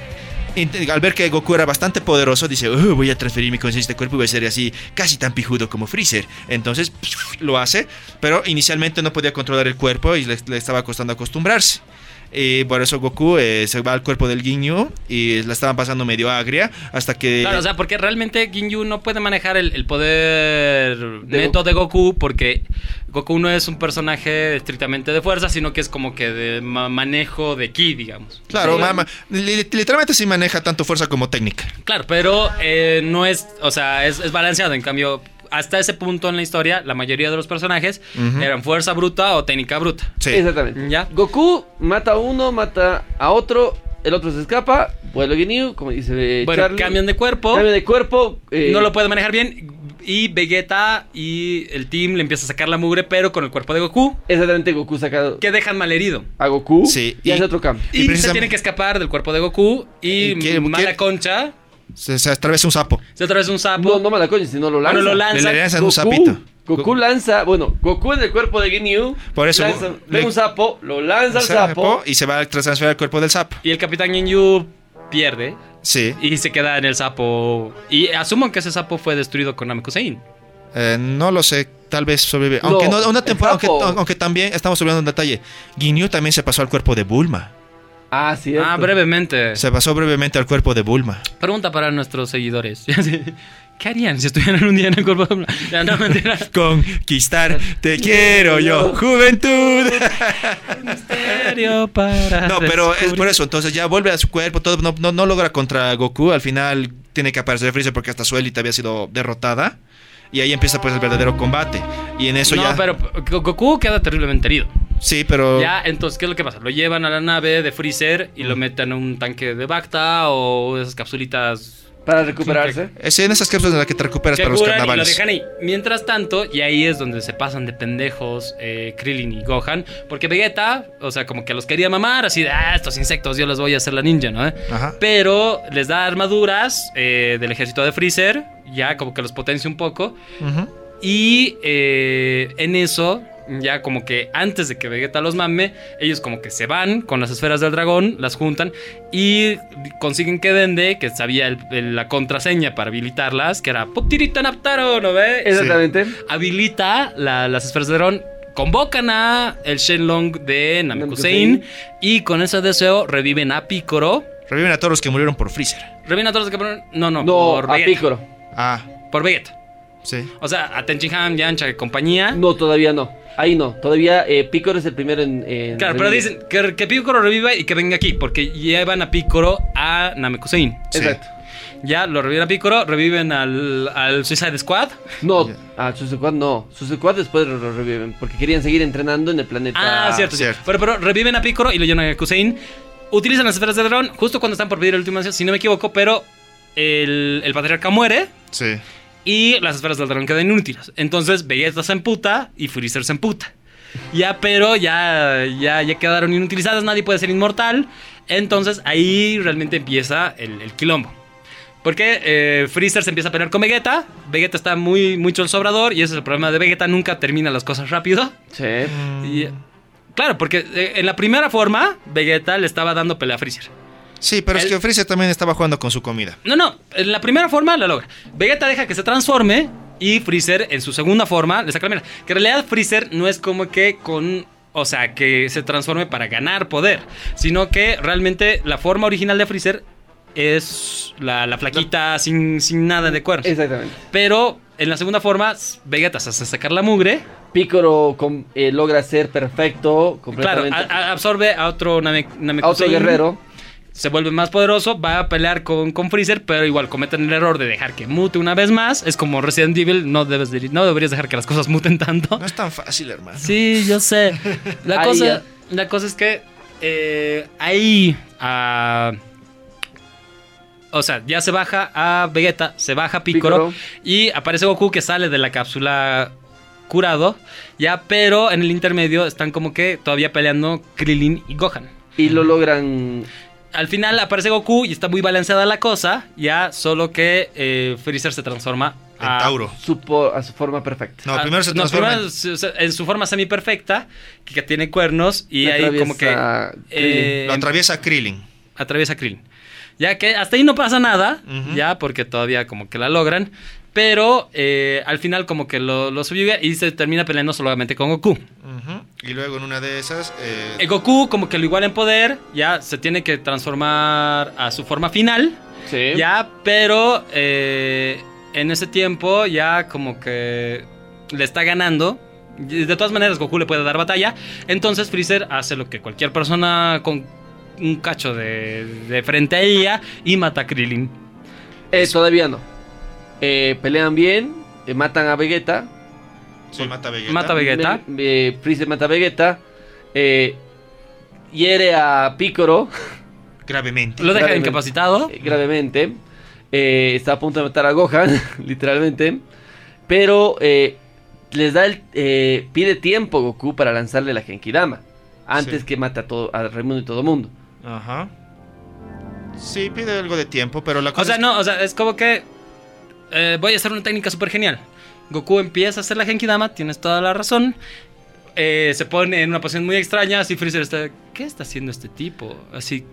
S1: int- al ver que Goku era bastante poderoso, dice, "Uh, voy a transferir mi conciencia de cuerpo y voy a ser así, casi tan pijudo como Freezer. Entonces, lo hace, pero inicialmente no podía controlar el cuerpo y le, le estaba costando acostumbrarse. Y por eso Goku eh, se va al cuerpo del Ginyu y la estaban pasando medio agria hasta que...
S3: Claro, o sea, porque realmente Ginyu no puede manejar el, el poder
S2: De
S3: neto de Goku porque Goku no es un personaje estrictamente de fuerza, sino que es como que de ma- manejo de ki, digamos.
S1: Claro,
S2: Sí.
S1: mama, li- literalmente sí maneja tanto fuerza como técnica.
S3: Claro, pero eh, no es, o sea, es, es balanceado. En cambio, hasta ese punto en la historia, la mayoría de los personajes
S1: Ujú.
S3: eran fuerza bruta o técnica bruta.
S1: Sí.
S2: Exactamente.
S3: Ya.
S2: Goku mata a uno, mata a otro. El otro se escapa. Vuelve Ginyu, como dice eh,
S3: Bueno,
S2: Charlie.
S3: cambian de cuerpo,
S2: Cambia de cuerpo. eh,
S3: no lo puede manejar bien y Vegeta y el team le empieza a sacar la mugre, pero con el cuerpo de Goku,
S2: Exactamente, Goku saca
S3: que dejan malherido.
S2: a Goku
S1: Sí,
S2: y,
S1: y-
S2: hace otro cambio.
S1: Y
S3: Y, se
S1: precisamente-
S3: tiene que escapar del cuerpo de Goku y
S1: Y quiere-
S3: mala
S1: quiere-
S3: concha.
S1: Se, se atraviesa un sapo.
S3: Se atraviesa un sapo.
S2: No, no me la coño, si no lo lanza.
S3: Ah, pues. Bueno, lo lanza.
S1: Le lanzan un
S2: Goku,
S1: sapito.
S2: Goku lanza, bueno, Goku en el cuerpo de Ginyu.
S1: Por eso,
S2: lanza-
S1: Go-
S2: ve
S1: le-
S2: un sapo, lo lanza al
S1: Sapo,
S2: sapo.
S1: Y se va a transferir al cuerpo del sapo.
S3: Y el Capitán Ginyu pierde
S1: Sí.
S3: y se queda en el sapo. Y asumo que ese sapo fue destruido con Namekusein.
S1: Eh, no lo sé, tal vez sobrevive. Aunque
S2: No,
S1: no, una
S2: el
S1: temporada, aunque,
S2: sapo.
S1: aunque también estamos olvidando un detalle. Ginyu también se pasó al cuerpo de Bulma.
S2: Ah, sí.
S3: Ah, brevemente.
S1: Se pasó brevemente al cuerpo de Bulma.
S3: Pregunta para nuestros seguidores. *laughs* ¿Qué harían si estuvieran un día en el cuerpo de Bulma? Ya, no, mentira.
S1: Conquistar, te quiero yo,
S3: *laughs*
S1: juventud.
S3: Misterio para
S1: No, pero es por
S3: descubrir.
S1: eso. Entonces ya vuelve a su cuerpo, todo no, no, no logra contra Goku. Al final tiene que aparecer Freezer porque hasta su élite había sido derrotada. Y ahí empieza pues el verdadero combate. Y en *laughs* eso
S3: no,
S1: ya. Oh.
S3: pero Go- Goku queda terriblemente herido.
S1: Sí, pero.
S3: Ya, entonces, ¿qué es lo que pasa? Lo llevan a la nave de Freezer y lo
S1: Mm.
S3: meten a un tanque de Bacta o esas capsulitas
S2: Para recuperarse.
S1: Es en esas cápsulas en las que te recuperas
S3: que
S1: para los
S3: curan y lo
S1: carnavales.
S3: dejan ahí. Mientras tanto, y ahí es donde se pasan de pendejos eh, Krillin y Gohan, porque Vegeta, o sea, como que los quería mamar, así de, ah, estos insectos yo los voy a hacer la ninja, ¿no?
S1: Ajá.
S3: Pero les da armaduras eh, del ejército de Freezer, ya como que los potencia un poco.
S1: Ujú.
S3: Y eh, en eso, ya como que antes de que Vegeta los mame, ellos como que se van con las esferas del dragón, las juntan y consiguen que Dende, que sabía el- el- la contraseña para habilitarlas, que era Poptirita Naptaro, ¿no ve? Es-
S2: Exactamente.
S3: Habilita la- las esferas del dragón. Convocan a el Shenlong de Namekusein y con ese deseo reviven a Picoro.
S1: Reviven a todos los que murieron por Freezer.
S3: Reviven a todos los que fueron- No, no,
S2: No,
S3: por
S2: a
S3: Vegeta.
S2: Piccolo.
S1: Ah,
S3: Por Vegeta.
S1: sí.
S3: O sea, a Tenchihan, Yamcha y compañía.
S2: No, todavía no. Ahí no. Todavía eh, Piccolo es el primero en. en
S3: Claro, pero
S2: revivir.
S3: dicen que, que Picoro reviva y que venga aquí, porque llevan a Picoro a Namekusein.
S1: Sí.
S2: Exacto.
S3: Ya lo reviven a Picoro, reviven al, al Suicide Squad.
S2: No,
S1: Ya.
S2: ah, Suicide no. Suicide Squad después lo lo reviven. Porque querían seguir entrenando en el planeta.
S3: Ah, cierto, sí.
S1: cierto.
S3: Pero, pero reviven a Picoro y lo llevan a Namekusein. Utilizan las esferas de dragón justo cuando están por pedir el último ansia, si no me equivoco, pero el, el patriarca muere
S1: Sí.
S3: y las esferas del dragón quedan inútiles. Entonces Vegeta se emputa y Freezer se emputa. Ya, pero ya, ya, ya quedaron inutilizadas, nadie puede ser inmortal. Entonces ahí realmente empieza el, el quilombo. Porque eh, Freezer se empieza a pelear con Vegeta. Vegeta está muy, mucho el sobrador y ese es el problema de Vegeta, nunca termina las cosas rápido.
S2: Sí.
S3: Y, claro, porque eh, en la primera forma, Vegeta le estaba dando pelea a Freezer.
S1: Sí, pero
S3: El-
S1: es que Freezer también estaba jugando con su comida.
S3: No, no, en la primera forma la logra. Vegeta deja que se transforme y Freezer en su segunda forma le saca la mierda. Que en realidad Freezer no es como que con... O sea, que se transforme para ganar poder. Sino que realmente la forma original de Freezer es la, la flaquita sin, sin nada de cuernos.
S2: Exactamente.
S3: Pero en la segunda forma, s- Vegeta se hace sacar la mugre.
S2: Piccolo com- eh, logra ser perfecto
S3: Claro,
S2: completamente.
S3: a- a- absorbe a otro Name,
S2: a otro
S3: Namekusein.
S2: guerrero.
S3: se vuelve más poderoso, va a pelear con, con Freezer, pero igual cometen el error de dejar que mute una vez más. Es como Resident Evil, no, debes de- no deberías dejar que las cosas muten
S1: *laughs*
S3: tanto.
S1: No es tan fácil, hermano.
S3: Sí, yo sé. La,
S2: Ahí
S3: cosa,
S2: ya.
S3: la cosa es que eh, ahí... ah, o sea, ya se baja a Vegeta, se baja Piccolo,
S2: Piccolo.
S3: y aparece Goku que sale de la cápsula curado, ya, pero en el intermedio están como que todavía peleando Krillin y Gohan.
S2: Y lo logran.
S3: Al final aparece Goku y está muy balanceada la cosa, ya solo que eh, Freezer se transforma
S1: En Tauro.
S2: Su po- a su forma perfecta.
S3: Ah,
S1: No, primero se transforma.
S3: transforma en su forma semi perfecta, que, que tiene cuernos y
S2: Le
S3: ahí como que
S2: atraviesa
S3: eh,
S1: en- Lo atraviesa Krillin.
S3: atraviesa Krillin. Ya que hasta ahí no pasa nada,
S1: Ujú.
S3: ya porque todavía como que la logran, pero eh, al final como que lo, lo subvive y se termina peleando solamente con Goku.
S1: Ujú. Y luego en una de esas. eh,
S3: Eh, Goku como que lo iguala en poder, ya se tiene que transformar a su forma final.
S2: Sí.
S3: Ya, pero eh, en ese tiempo ya como que le está ganando. Y De todas maneras, Goku le puede dar batalla. Entonces Freezer hace lo que cualquier persona con un cacho de, de frente a ella y mata a Krillin.
S2: Eh, todavía no. Eh, pelean bien. eh, matan a Vegeta.
S1: sí, mata a Vegeta.
S3: Mata a Vegeta.
S2: Me- me- Freezer mata a Vegeta. eh, hiere a Piccolo
S1: Gravemente.
S3: Lo deja
S2: Claramente.
S3: incapacitado.
S2: eh, gravemente. eh, está a punto de matar a Gohan, *laughs* literalmente. Pero eh, les da el. eh, pide tiempo Goku para lanzarle la Genkidama. Antes
S1: Sí.
S2: que mata a todo, a Raimundo y todo mundo.
S1: Ajá. Sí, pide algo de tiempo, pero la cosa
S3: O sea,
S1: es-
S3: no, o sea, es como que eh, voy a hacer una técnica súper genial. Goku empieza a hacer la Genkidama, tienes toda la razón. Eh, se pone en una posición muy extraña, así Freezer está... ¿Qué está haciendo este tipo? Así,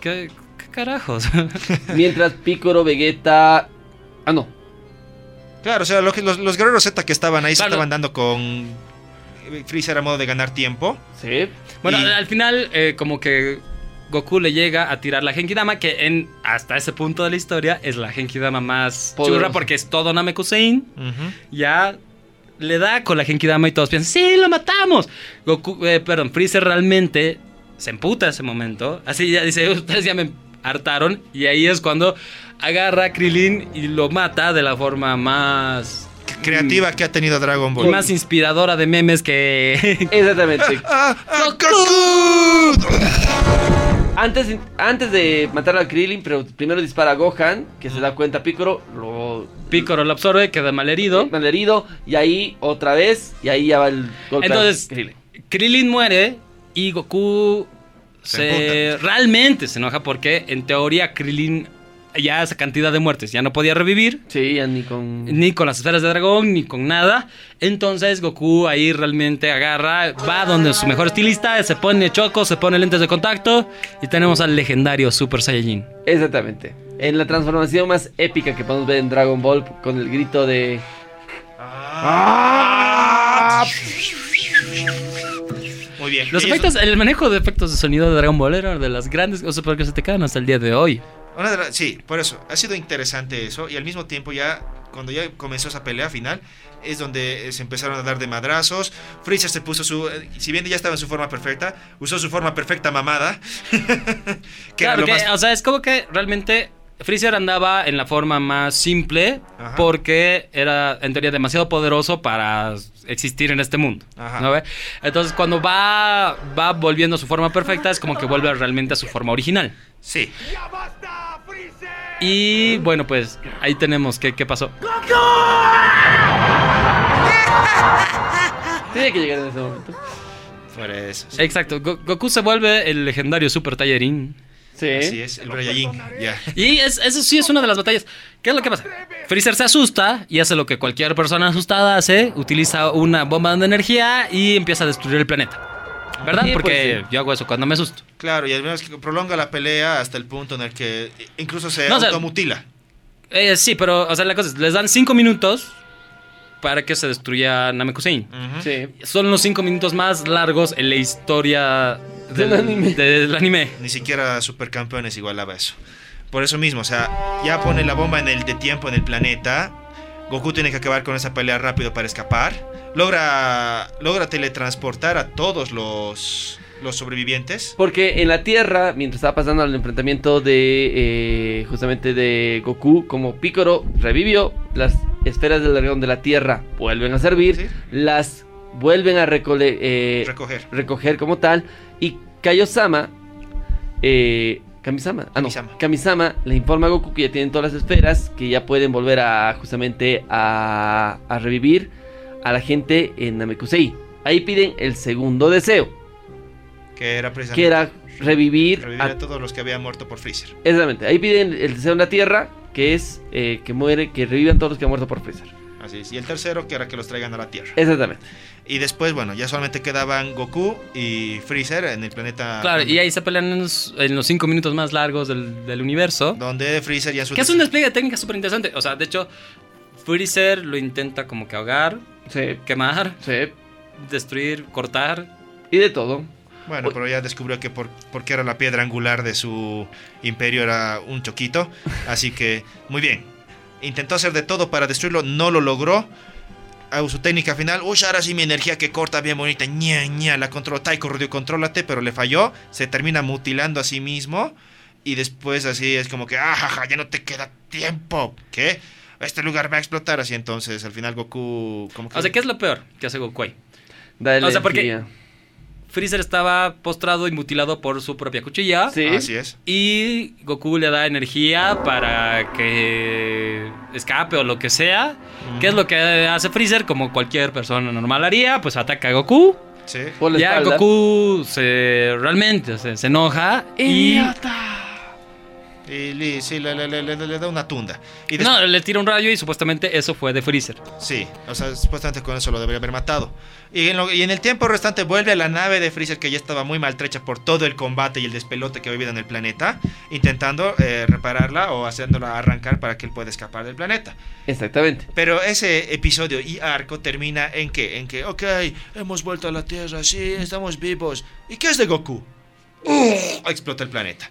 S3: ¿qué, qué carajos? *laughs*
S2: Mientras Piccolo, Vegeta... Ah, no.
S1: Claro, o sea, lo que- los, los guerreros Z que estaban ahí
S3: Claro.
S1: se estaban dando con Freezer a modo de ganar tiempo.
S2: Sí.
S3: bueno,
S1: Y-
S3: al final eh, como que Goku le llega a tirar la Genkidama, que en, hasta ese punto de la historia es la Genkidama más
S2: Poderosa.
S3: churra porque es todo Namekusein.
S1: Ujú.
S3: ya le da con la Genkidama y todos piensan, sí, lo matamos. Goku, eh, perdón, Freezer realmente se emputa ese momento. Así ya dice, ustedes ya me hartaron. Y ahí es cuando agarra a Krillin y lo mata de la forma más...
S1: Creativa que ha tenido Dragon
S3: Y
S1: Ball.
S3: más inspiradora de memes que... *laughs*
S2: Exactamente.
S1: ¡Ah! ah, Goku!
S2: Antes, antes de matar a Krillin, pero primero dispara a Gohan, que se da cuenta Piccolo, lo
S3: Piccolo lo absorbe, queda malherido.
S2: malherido, y ahí otra vez, y ahí ya va el golpe
S3: Entonces-
S2: a Krillin.
S3: Krillin muere y Goku
S1: Se
S3: se realmente se enoja porque en teoría Krillin ya esa cantidad de muertes ya no podía revivir.
S2: Sí, ya ni con...
S3: ni con las esferas de dragón, ni con nada. Entonces Goku ahí realmente agarra, va donde su mejor estilista, se pone choco, se pone lentes de contacto y tenemos al legendario Super Saiyajin.
S2: Exactamente. En la transformación más épica que podemos ver en Dragon Ball, con el grito de...
S1: Muy bien.
S3: Los
S1: Y eso-
S3: efectos, el manejo de efectos de sonido de Dragon Ball era de las grandes cosas porque se te quedan hasta el día de hoy.
S1: Una de las- sí, por eso. Ha sido interesante eso. Y al mismo tiempo ya, cuando ya comenzó esa pelea final, es donde eh, se empezaron a dar de madrazos. Freezer se puso su... eh, si bien ya estaba en su forma perfecta, usó su forma perfecta mamada. *laughs* que era
S3: claro,
S1: lo
S3: que,
S1: más-
S3: o sea, es como que realmente Freezer andaba en la forma más simple
S1: Ajá.
S3: porque era en teoría demasiado poderoso para existir en este mundo.
S1: Ajá.
S3: ¿no ve? Entonces, cuando va, va volviendo a su forma perfecta, es como que vuelve realmente a su forma original.
S1: Sí.
S3: Y bueno, pues ahí tenemos que, qué pasó.
S2: Tiene que llegar en ese momento.
S1: Por eso. sí.
S3: Exacto, Go- Goku se vuelve el legendario Super Tallerín.
S2: Sí.
S3: ¿Eh?
S1: Así es, el Brayayin. Ya.
S3: Y es- eso sí es una de las batallas. ¿Qué es lo que pasa? Freezer se asusta y hace lo que cualquier persona asustada hace, utiliza una bomba de energía y empieza a destruir el planeta. ¿Verdad?
S2: Sí, pues,
S3: Porque
S2: sí.
S3: yo hago eso cuando me asusto.
S1: Claro, y al menos que prolonga la pelea hasta el punto en el que eh, incluso se
S3: No, o sea,
S1: automutila.
S3: Eh, sí, pero, o sea, la cosa es, les dan cinco minutos para que se destruya Namekusein.
S1: Ujú.
S2: Sí.
S3: Son los cinco minutos más largos en la historia del,
S2: Del anime.
S3: del anime.
S1: Ni siquiera Supercampeones igualaba eso. Por eso mismo, o sea, ya pone la bomba en el de tiempo en el planeta. Goku tiene que acabar con esa pelea rápido para escapar. Logra, logra teletransportar a todos los, los sobrevivientes.
S2: Porque en la Tierra, mientras estaba pasando el enfrentamiento de eh, justamente de Goku, como Picoro revivió, las esferas del dragón de la Tierra vuelven a servir,
S1: Sí.
S2: las vuelven a recole- eh,
S1: Recoger.
S2: recoger como tal, y Kaiosama, eh, Kamisama, ah no,
S1: Kamisama.
S2: Kamisama le informa a Goku que ya tienen todas las esferas, que ya pueden volver a justamente a, a revivir a la gente en Namekusei. Ahí piden el segundo deseo
S1: Que era
S2: que
S1: precisamente
S2: era revivir,
S1: revivir
S2: a-
S1: a todos los que habían muerto por Freezer.
S2: exactamente ahí piden el deseo en la tierra que es eh, que muere que revivan todos los que han muerto por Freezer
S1: Así es. Y el tercero, que era que los traigan a la Tierra.
S2: exactamente
S1: Y después, bueno, ya solamente quedaban Goku y Freezer en el planeta.
S3: Claro, y ahí se pelean en los, en los cinco minutos más largos del, del universo.
S1: Donde Freezer ya en su.
S2: Pues
S3: Que es un despliegue de técnica súper interesante. O sea, de hecho, Freezer lo intenta como que ahogar,
S2: sí
S3: quemar, *laughs*
S2: sí
S3: destruir, cortar.
S2: y de todo
S1: Bueno, pero ya descubrió que por, porque era la piedra angular de su imperio era un choquito. Así que, muy bien. Intentó hacer de todo para destruirlo, no lo logró. A su técnica final, uy, ahora sí mi energía que corta bien bonita, ña, ña, la controló, Taiko, Rudio, contrólate, pero le falló, se termina mutilando a sí mismo y después así es como que, ah, jaja, ya no te queda tiempo, ¿qué? Este lugar va a explotar, así entonces al final Goku como que...
S3: O sea, ¿qué es lo peor que hace Goku ahí?
S2: dale
S3: O sea, porque-
S2: energía.
S3: Freezer estaba postrado y mutilado por su propia cuchilla.
S2: sí
S1: Así es.
S3: Y Goku le da energía para que escape o lo que sea. ¿Qué es lo que hace Freezer? Como cualquier persona normal haría, pues ataca a Goku.
S1: Sí.
S2: por la
S3: ya
S2: espalda
S3: Goku se realmente se, se enoja y
S1: Y le, sí, le, le- le- le- le da una tunda. Y des-
S3: No, le tira un rayo y supuestamente eso fue de Freezer.
S1: Sí, o sea, supuestamente con eso lo debería haber matado. Y en, lo- y en el tiempo restante vuelve a la nave de Freezer que ya estaba muy maltrecha por todo el combate y el despelote que ha vivido en el planeta, intentando eh, repararla o haciéndola arrancar para que él pueda escapar del planeta.
S2: Exactamente.
S1: Pero ese episodio y arco termina en que, en que, ok, hemos vuelto a la Tierra, sí, estamos vivos. ¿Y qué es de Goku? ¡Ugh! Explota el planeta.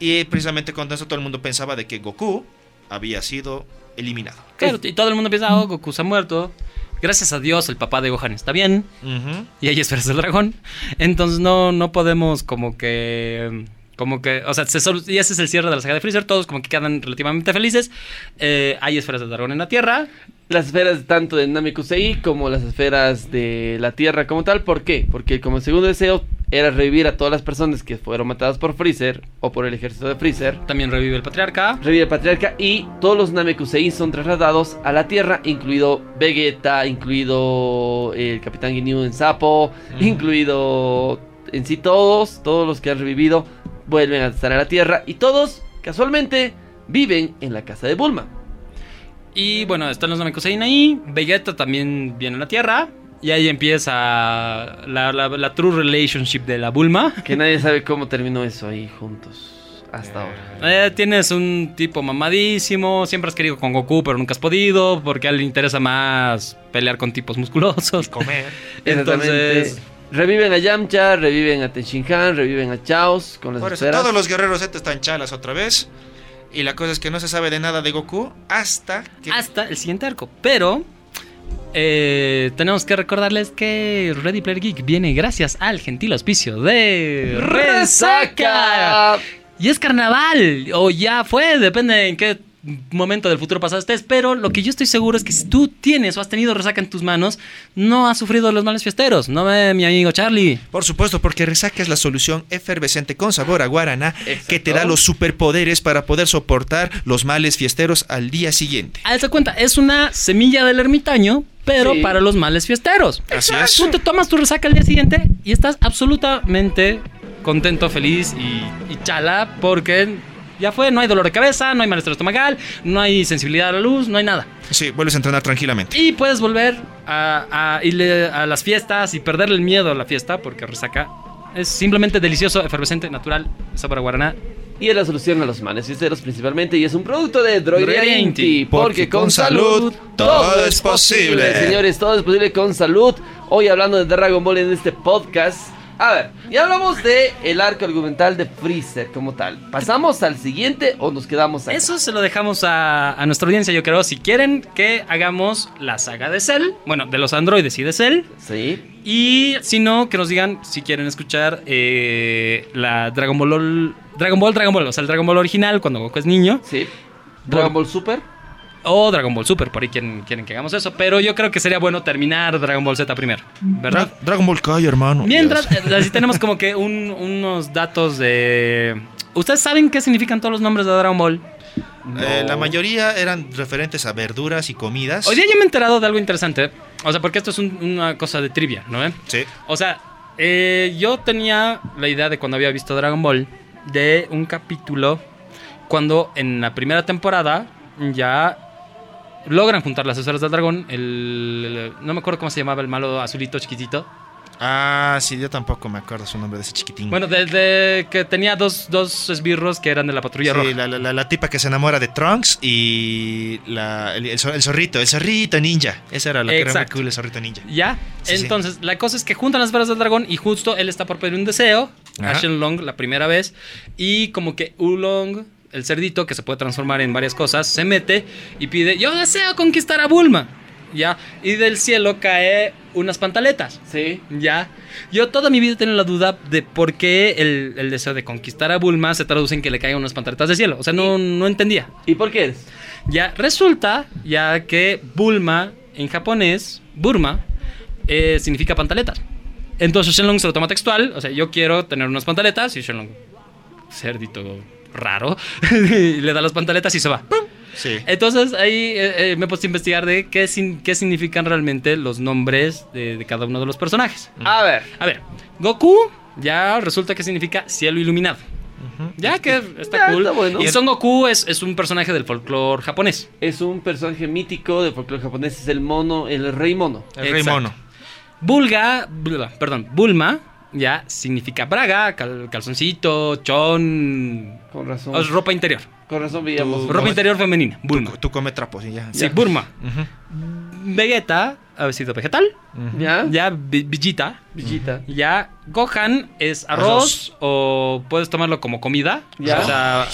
S1: Y precisamente con eso todo el mundo pensaba de que Goku había sido eliminado.
S3: Claro, y todo el mundo piensa, oh, Goku se ha muerto. Gracias a Dios, el papá de Gohan está bien.
S1: Ujú.
S3: Y ahí esperas el dragón. Entonces no, no podemos como que... Como que, o sea, se solu- y ese es el cierre de la saga de Freezer. Todos como que quedan relativamente felices. Eh, hay esferas del dragón en la Tierra.
S2: Las esferas tanto de Namekusei como las esferas de la Tierra como tal. ¿Por qué? Porque como segundo deseo era revivir a todas las personas que fueron matadas por Freezer o por el ejército de Freezer.
S3: También revive el patriarca.
S2: Revive el patriarca y todos los Namekusei son trasladados a la Tierra, incluido Vegeta, incluido el Capitán Ginyu en Sapo,
S1: Ujú.
S2: incluido en sí todos, todos los que han revivido vuelven a estar a la Tierra y todos casualmente viven en la casa de Bulma.
S3: Y bueno, están los Namekusein ahí. Vegeta también viene a la Tierra. Y ahí empieza la, la- la true relationship de la Bulma.
S2: Que nadie sabe cómo terminó eso ahí juntos hasta ahora.
S3: Eh, tienes un tipo mamadísimo. Siempre has querido con Goku, pero nunca has podido. Porque a él le interesa más pelear con
S1: *laughs*
S3: tipos musculosos.
S1: Comer.
S2: Exactamente.
S3: Entonces,
S2: Reviven a Yamcha, reviven a Tenshinhan, reviven a Chaos con las
S1: Por eso,
S2: esferas.
S1: todos los guerreros Z están chalas otra vez. Y la cosa es que no se sabe de nada de Goku hasta que.
S3: hasta el siguiente arco. Pero eh, tenemos que recordarles que Ready Player Geek viene gracias al gentil auspicio de Resaca.
S2: ¡Resaca!
S3: Y es carnaval, o ya fue, depende en qué momento del futuro pasado estés, pero lo que yo estoy seguro es que si tú tienes o has tenido resaca en tus manos, no has sufrido los males fiesteros, ¿no, eh, mi amigo Charlie?
S1: Por supuesto, porque Resaca es la solución efervescente con sabor a guaraná
S2: Exacto.
S1: que te da los superpoderes para poder soportar los males fiesteros al día siguiente.
S3: A esa cuenta, es una semilla del ermitaño, pero
S2: Sí.
S3: para los males fiesteros.
S1: Así es.
S3: Tú te tomas tu resaca al día siguiente y estás absolutamente contento, feliz y, y chala, porque ya fue, no hay dolor de cabeza, no hay malestar estomacal, no hay sensibilidad a la luz, no hay nada.
S1: Sí, vuelves a entrenar tranquilamente.
S3: Y puedes volver a, a irle a las fiestas y perderle el miedo a la fiesta porque resaca. Es simplemente delicioso, efervescente, natural, sabor a guaraná.
S2: Y es la solución a los males fiesteros principalmente y es un producto de Droidería
S3: Droidería
S2: Inti.
S3: Inti,
S2: Porque con salud
S1: todo es posible.
S2: Señores, todo es posible con salud. Hoy hablando de Dragon Ball en este podcast. A ver, ya hablamos de el arco argumental de Freezer como tal. ¿Pasamos al siguiente o nos quedamos acá?
S3: Eso se lo dejamos a, a nuestra audiencia, yo creo. Si quieren que hagamos la saga de Cell, bueno, de los androides y de Cell.
S2: Sí.
S3: Y si no, que nos digan si quieren escuchar eh, la Dragon Ball, ol- Dragon Ball, Dragon Ball, o sea, el Dragon Ball original cuando Goku es niño.
S2: Sí. Dragon
S3: Por-
S2: Ball Super.
S3: O Dragon Ball Super, por ahí quieren, quieren que hagamos eso. Pero yo creo que sería bueno terminar Dragon Ball Z primero, ¿verdad?
S1: Dra- Dragon Ball Kai, hermano.
S3: Mientras, eh, así tenemos como que un- unos datos de... ¿Ustedes saben qué significan todos los nombres de Dragon Ball?
S1: Eh,
S2: No.
S1: la mayoría eran referentes a verduras y comidas.
S3: Hoy día yo me he enterado de algo interesante. O sea, porque esto es un- una cosa de trivia, ¿no? eh?
S1: Sí.
S3: O sea, eh, yo tenía la idea de cuando había visto Dragon Ball de un capítulo cuando en la primera temporada ya logran juntar las esferas del dragón. El, el- no me acuerdo cómo se llamaba el malo azulito chiquitito.
S1: Ah, sí, yo tampoco me acuerdo su nombre de ese chiquitín.
S3: Bueno, desde que tenía dos, dos esbirros que eran de la patrulla roja.
S1: Sí, la, la- la- la tipa que se enamora de Trunks y la- el, el zor- el zorrito, el zorrito ninja. Esa era la que era muy
S3: Exacto.
S1: cool, el zorrito ninja.
S3: ¿Ya?
S1: Sí, sí.
S3: Entonces, la cosa es que juntan las varas del dragón y justo él está por pedir un deseo
S1: Ajá.
S3: a Shenlong la primera vez y como que Ulong, el cerdito que se puede transformar en varias cosas, se mete y pide, yo deseo conquistar a Bulma, ¿ya? Y del cielo cae unas pantaletas.
S2: Sí.
S3: Ya. Yo toda mi vida tengo la duda de por qué el, el deseo de conquistar a Bulma se traduce en que le caigan unas pantaletas del cielo. O sea, no, no entendía.
S2: ¿Y por qué eres?
S3: Ya resulta ya que Bulma en japonés, Burma, eh, significa pantaletas. Entonces Shenlong se lo toma textual, o sea, yo quiero tener unas pantaletas y Shenlong, cerdito raro, *laughs* le da las pantaletas y se va. ¡Pum!
S1: Sí.
S3: Entonces ahí eh, eh, me puse a investigar de qué, sin- qué significan realmente los nombres de, de cada uno de los personajes.
S2: A ver.
S3: A ver, Goku ya resulta que significa cielo iluminado. Ya que está
S2: Ya,
S3: cool.
S2: está bueno.
S3: Y Son Goku es, es un personaje del folclore japonés.
S2: Es un personaje mítico del folclore japonés, es el mono, el rey mono.
S1: El rey
S3: Exacto.
S1: mono.
S3: Bulga, bla, perdón, Bulma, ya significa braga, cal- calzoncito, chon,
S2: Con razón.
S3: o es ropa interior.
S2: Con razón veíamos.
S1: Tu-
S3: Ropa
S1: Come-
S3: interior femenina, Bulma.
S1: Tú come trapos y ya.
S3: Sí,
S2: Ya.
S3: Burma.
S1: Ujú.
S3: Vegeta, ha sido vegetal.
S2: ¿Ya?
S3: Ya Vi- Vegeta.
S2: Villita.
S3: Ya Gohan es arroz, o puedes tomarlo como comida.
S2: Ya.
S3: O sea, ah,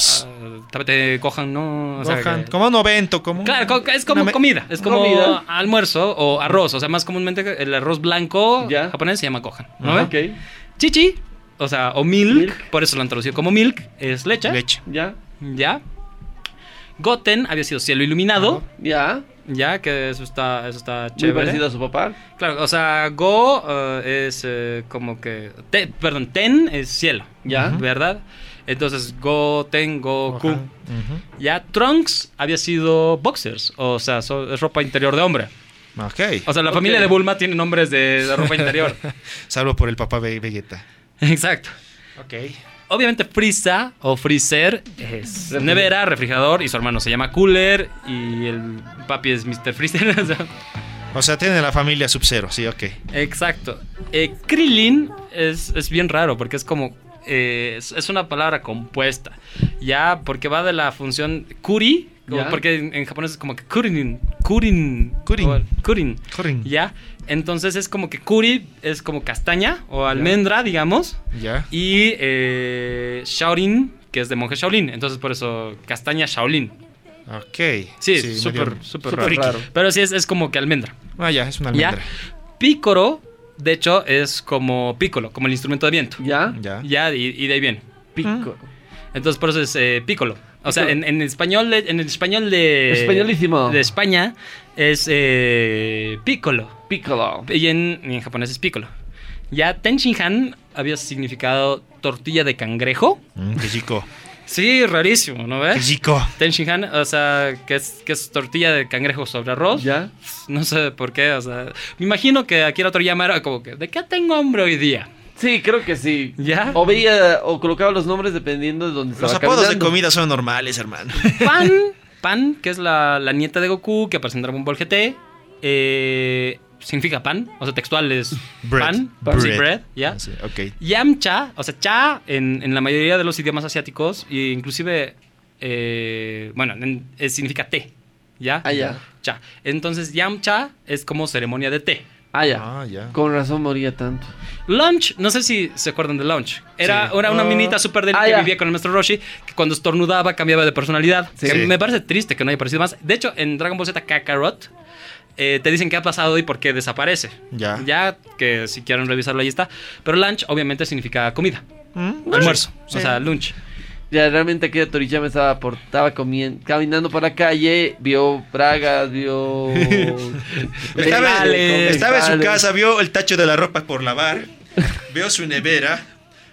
S3: tápate Gohan, ¿no? O sea,
S1: Gohan,
S3: que-
S1: como un ovento, como un-
S3: Claro, co- es como
S1: una me-
S3: comida, es como
S2: Comida.
S3: almuerzo o arroz, o sea, más comúnmente el arroz blanco
S2: Ya.
S3: japonés se llama Gohan, ¿no?
S2: ¿No? Ok.
S3: Chichi, o sea, o milk,
S2: Milk.
S3: por eso lo han traducido como milk, es leche.
S1: Leche.
S2: ¿Ya?
S3: Ya. Goten había sido cielo iluminado.
S2: ¿Ya?
S3: Ya, que eso está, eso está
S2: Muy
S3: chévere.
S2: parecido a su papá.
S3: Claro, o sea, Go eh, es eh, como que. te- perdón, Ten es cielo.
S2: Ya.
S3: ¿Verdad? Entonces, Go, Ten, Go, Ku.
S1: Gohan. Ujú.
S3: Ya, Trunks había sido boxers. O sea, so- es ropa interior de hombre.
S1: Ok.
S3: O sea, la
S2: Ok.
S3: familia de Bulma tiene nombres de, de ropa
S2: *laughs*
S3: interior.
S1: Salvo por el papá Ve- Vegeta.
S3: *laughs* Exacto.
S1: Ok.
S3: Obviamente, Frieza o Freezer es
S2: Refri-
S3: nevera, refrigerador. Y su hermano se llama Cooler. Y el papi es Mr. Freezer. *laughs* o sea.
S1: O sea, tiene la familia Sub-Zero, sí, ok.
S3: Exacto. Eh, Krillin es, es bien raro porque es como. eh, es, es una palabra compuesta. Ya, porque va de la función kuri. como-
S2: Ya.
S3: Porque en, en japonés es como que kurinin. Kurin.
S1: Kurin.
S3: o- kurin.
S1: Corrin.
S3: Ya. Entonces es como que kuri es como castaña o almendra, digamos.
S1: Ya.
S3: Y eh, Shaolin, que es de monje Shaolin. Entonces por eso castaña Shaolin.
S1: Ok.
S3: Sí,
S1: medio-
S3: es súper, súper
S2: Súper
S3: raro.
S2: raro.
S3: Pero sí es, es como que almendra.
S1: Ah, ya, es una
S3: ¿Ya?
S1: almendra.
S3: Pícoro, de hecho, es como pícolo, como el instrumento de viento.
S2: ¿Ya?
S1: Ya. Ah.
S3: Ya, y, y de ahí viene.
S2: Pico.
S3: Entonces, por eso es eh, pícolo. O sea, en,
S2: Pícolo.
S3: en español, de- en el español de...
S2: Españolísimo.
S3: De España es eh, pícolo.
S2: Piccolo.
S3: Y en, y en japonés es pícolo. Ya Tenshinhan había significado tortilla de cangrejo.
S1: Mm, qué chico.
S3: Sí, rarísimo, ¿no
S1: Qué
S3: ves?
S1: chico.
S3: Tenshinhan, o sea, que es, que es tortilla de cangrejo sobre arroz.
S2: ¿Ya?
S3: No sé por qué, o sea, me imagino que aquí el otro llama era como que, ¿de qué tengo hambre hoy día?
S2: Sí, creo que sí.
S3: ¿Ya?
S2: O veía o colocaba los nombres dependiendo de dónde
S1: Los
S2: estaba
S1: apodos de
S2: caminando.
S1: comida son normales, hermano.
S3: *laughs* Pan, Pan, que es la, la nieta de Goku que aparece en Dragon Ball GT, eh, significa pan, o sea, textual es
S1: Bread.
S3: pan,
S1: Bread. Ah,
S3: sí, bread, ¿ya?
S1: Sí, ok.
S3: Yamcha, o sea, cha en, en la mayoría de los idiomas asiáticos, e inclusive, eh, bueno, en- eh, significa té, ¿ya?
S2: Ah, ya.
S3: Cha. Entonces, Yamcha es como ceremonia de té.
S2: Ah, ya.
S1: Ah, ya.
S2: Con razón moría tanto.
S3: Lunch, no sé si se acuerdan de Lunch. Era,
S1: Sí.
S3: era una
S1: Ah.
S3: minita súper débil
S2: Ah,
S3: que
S2: ya.
S3: vivía con el maestro Roshi, que cuando estornudaba cambiaba de personalidad.
S1: Sí.
S3: Que
S1: Sí.
S3: me parece triste que no haya aparecido más. De hecho, en Dragon Ball Z Kakarot eh, te dicen qué ha pasado y por qué desaparece.
S1: Ya.
S3: Ya, que si quieren revisarlo ahí está. Pero lunch obviamente significa comida,
S1: Mm,
S3: almuerzo,
S1: sí.
S3: o sea, lunch.
S2: Ya realmente aquí Toriyama estaba, por, estaba comien- caminando por la calle, vio bragas, vio...
S1: *laughs* Estaba,
S2: Vegetales, con
S1: estaba en su
S2: vegetales.
S1: casa, vio el tacho de la ropa por lavar, vio su nevera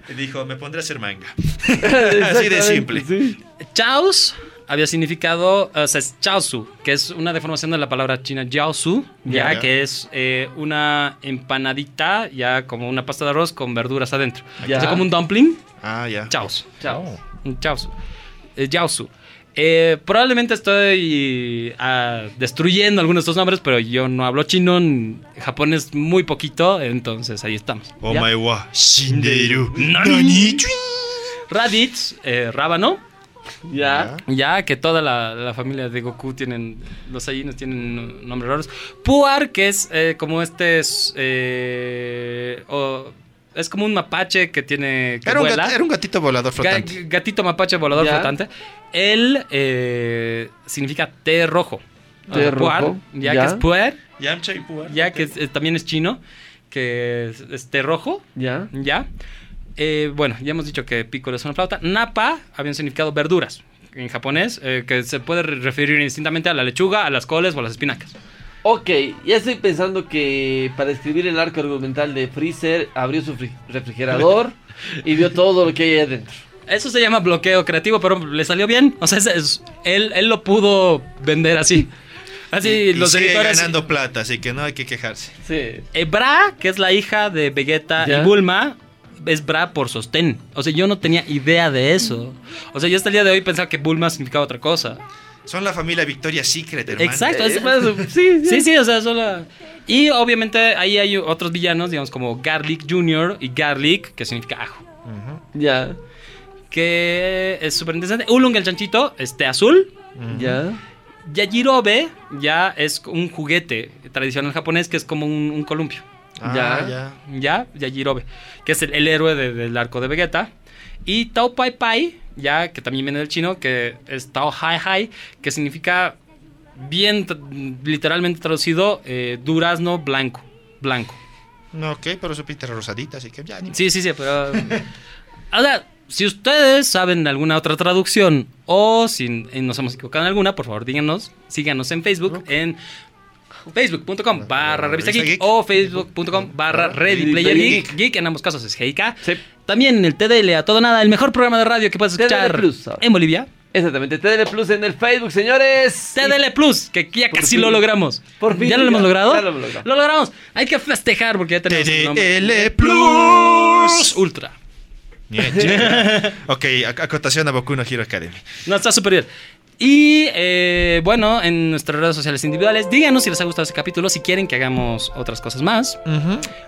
S1: y dijo, me pondré a hacer manga. Así de
S2: *laughs* Exactamente,
S1: simple.
S2: sí.
S3: Chaos había significado, o sea, es chaosu, que es una deformación de la palabra china jiaosu, ya,
S1: Ya, ya.
S3: que es eh, una empanadita, ya como una pasta de arroz con verduras adentro.
S2: Ya.
S3: O sea, como un dumpling,
S1: Ah, ya.
S3: chaos,
S2: Chao.
S3: un chaosu, eh, jiaosu. Eh, probablemente estoy ah, destruyendo algunos de estos nombres, pero yo no hablo chino, n- japonés muy poquito, entonces ahí estamos.
S1: Oh
S3: ¿ya?
S1: my wa, shinderu,
S3: Nani.
S1: nani.
S3: Raditz, eh, rábano.
S2: Ya.
S3: Ya que toda la, la familia de Goku tienen, los Saiyans tienen nombres raros. Puar, que es eh, como este, es, eh, o- es como un mapache que tiene, que
S1: Era un,
S3: vuela.
S1: gat- era un gatito volador
S3: Ga-
S1: flotante.
S3: gatito mapache volador
S2: Ya.
S3: flotante. Él eh, significa té rojo. O
S2: Té
S3: sea, puar,
S2: rojo,
S3: ya,
S2: ya.
S3: que es puer,
S1: Yamcha y Puar.
S3: ya que es- eh, también es chino, que es, es té rojo.
S2: Ya.
S3: Ya. Eh, bueno, ya hemos dicho que piccolo es una flauta. Napa habían significado verduras en japonés, eh, que se puede re- referir indistintamente a la lechuga, a las coles o a las espinacas.
S2: Ok, ya estoy pensando que para escribir el arco argumental de Freezer abrió su fri-
S1: *laughs*
S2: refrigerador y vio todo lo que hay adentro.
S3: Eso se llama bloqueo creativo, pero le salió bien. O sea, es- es- él, él lo pudo vender así. Así
S1: Y- y
S3: los
S1: sigue
S3: editores.
S1: ganando plata, así que no hay que quejarse.
S2: Sí.
S3: Eh, Bra, que es la hija de Vegeta
S2: Ya.
S3: y Bulma, es bra por sostén. O sea, yo no tenía idea de eso. O sea, yo hasta el día de hoy pensaba que Bulma significaba otra cosa.
S1: Son la familia Victoria Secret, hermano.
S3: Exacto.
S2: Es más,
S1: *laughs*
S2: sí, sí.
S3: Sí, sí, o sea, solo... Y obviamente ahí hay otros villanos, digamos, como Garlic Jr. y Garlic, que significa ajo.
S1: Ujú,
S2: Ya,
S3: Que es súper interesante. Ulung el chanchito, este azul.
S1: ujú.
S2: ya.
S3: Yajirobe ya es un juguete tradicional japonés que es como un, un columpio.
S1: Ah,
S2: Ya.
S1: ya.
S3: Ya, Yajirobe, que es el, el héroe de- del arco de Vegeta. Y Tao Pai Pai, ya que también viene del chino, que es Tao Hai Hai, que significa, bien tra- literalmente traducido, eh, durazno blanco. Blanco.
S1: No, ok, pero su pinta era rosadita, así que ya ni.
S3: Sí, sí, sí, pero. Ahora, si ustedes saben alguna otra traducción o si eh, nos hemos equivocado en alguna, por favor díganos, síganos en Facebook, en facebook.com barra revista geek, o facebook.com barra ready player geek. Geek en ambos casos es GIK.
S2: Sí.
S3: También en el TDL a todo nada, el mejor programa de radio que puedes
S2: TDL
S3: escuchar
S2: Plus, ahora.
S3: en Bolivia.
S2: Exactamente, TDL Plus en el Facebook, señores.
S3: TDL Plus, que ya
S2: Por
S3: casi
S2: fin.
S3: lo logramos.
S2: Por fin,
S3: ¿Ya lo
S2: ya,
S3: hemos logrado?
S2: ya lo hemos logrado.
S3: Lo logramos. Hay que festejar porque ya tenemos el nombre.
S1: TDL Plus.
S3: Ultra.
S1: Bien, chica. *laughs* ok, ac- acotación a Boku no Hero Academy.
S3: No, está súper bien. Y eh, bueno, en nuestras redes sociales individuales, díganos si les ha gustado este capítulo, si quieren que hagamos otras cosas más,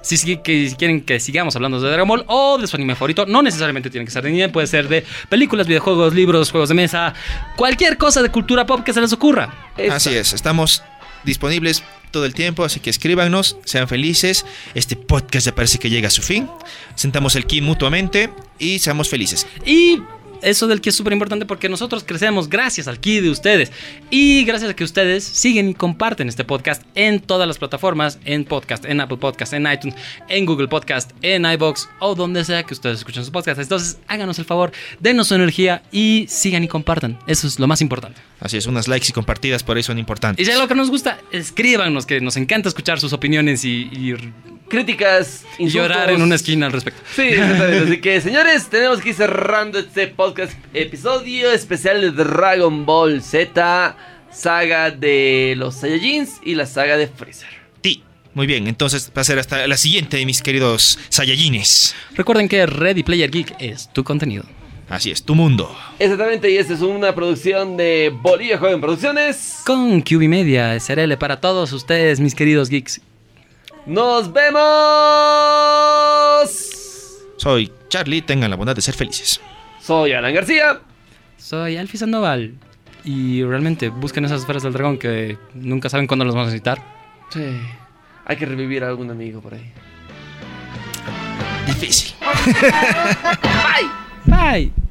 S3: si, si- que- si quieren que sigamos hablando de Dragon Ball o de su anime favorito, no necesariamente tiene que ser de anime, puede ser de películas, videojuegos, libros, juegos de mesa, cualquier cosa de cultura pop que se les ocurra.
S2: Esta-
S1: Así es, estamos disponibles todo el tiempo, así que escríbanos, sean felices. Este podcast ya parece que llega a su fin. Sentamos el ki mutuamente y seamos felices.
S3: Y eso del que es súper importante porque nosotros crecemos gracias al ki de ustedes y gracias a que ustedes siguen y comparten este podcast en todas las plataformas, en podcast, en Apple Podcast, en iTunes, en Google Podcast, en iBox o donde sea que ustedes escuchen sus podcasts. Entonces háganos el favor, denos su energía y sigan y compartan. Eso es lo más importante.
S1: Así es, unas likes y compartidas por ahí son
S3: Y
S1: importantes.
S3: si hay algo que nos gusta, escríbanos, que nos encanta escuchar sus opiniones y, y r-
S2: Críticas,
S3: y
S2: insultos.
S3: llorar en una esquina al respecto.
S2: Sí, exactamente. Así que, señores, tenemos que ir cerrando este podcast, episodio especial de Dragon Ball Z, saga de los Saiyajins y la saga de Freezer.
S1: Ti. Muy bien, entonces va a ser hasta la siguiente, mis queridos Sayajines.
S3: Recuerden que Ready Player Geek es tu contenido.
S1: Así es, tu mundo.
S2: Exactamente, y esta es una producción de Bolivia Joven Producciones.
S3: Con QB Media, SRL para todos ustedes, mis queridos geeks.
S2: ¡Nos vemos!
S1: Soy Charlie, tengan la bondad de ser felices.
S2: Soy Alan García.
S3: Soy Alfie Sandoval. Y realmente busquen esas esferas del dragón que nunca saben cuándo las vamos a necesitar.
S2: Sí, hay que revivir a algún amigo por ahí.
S1: Difícil.
S3: Bye.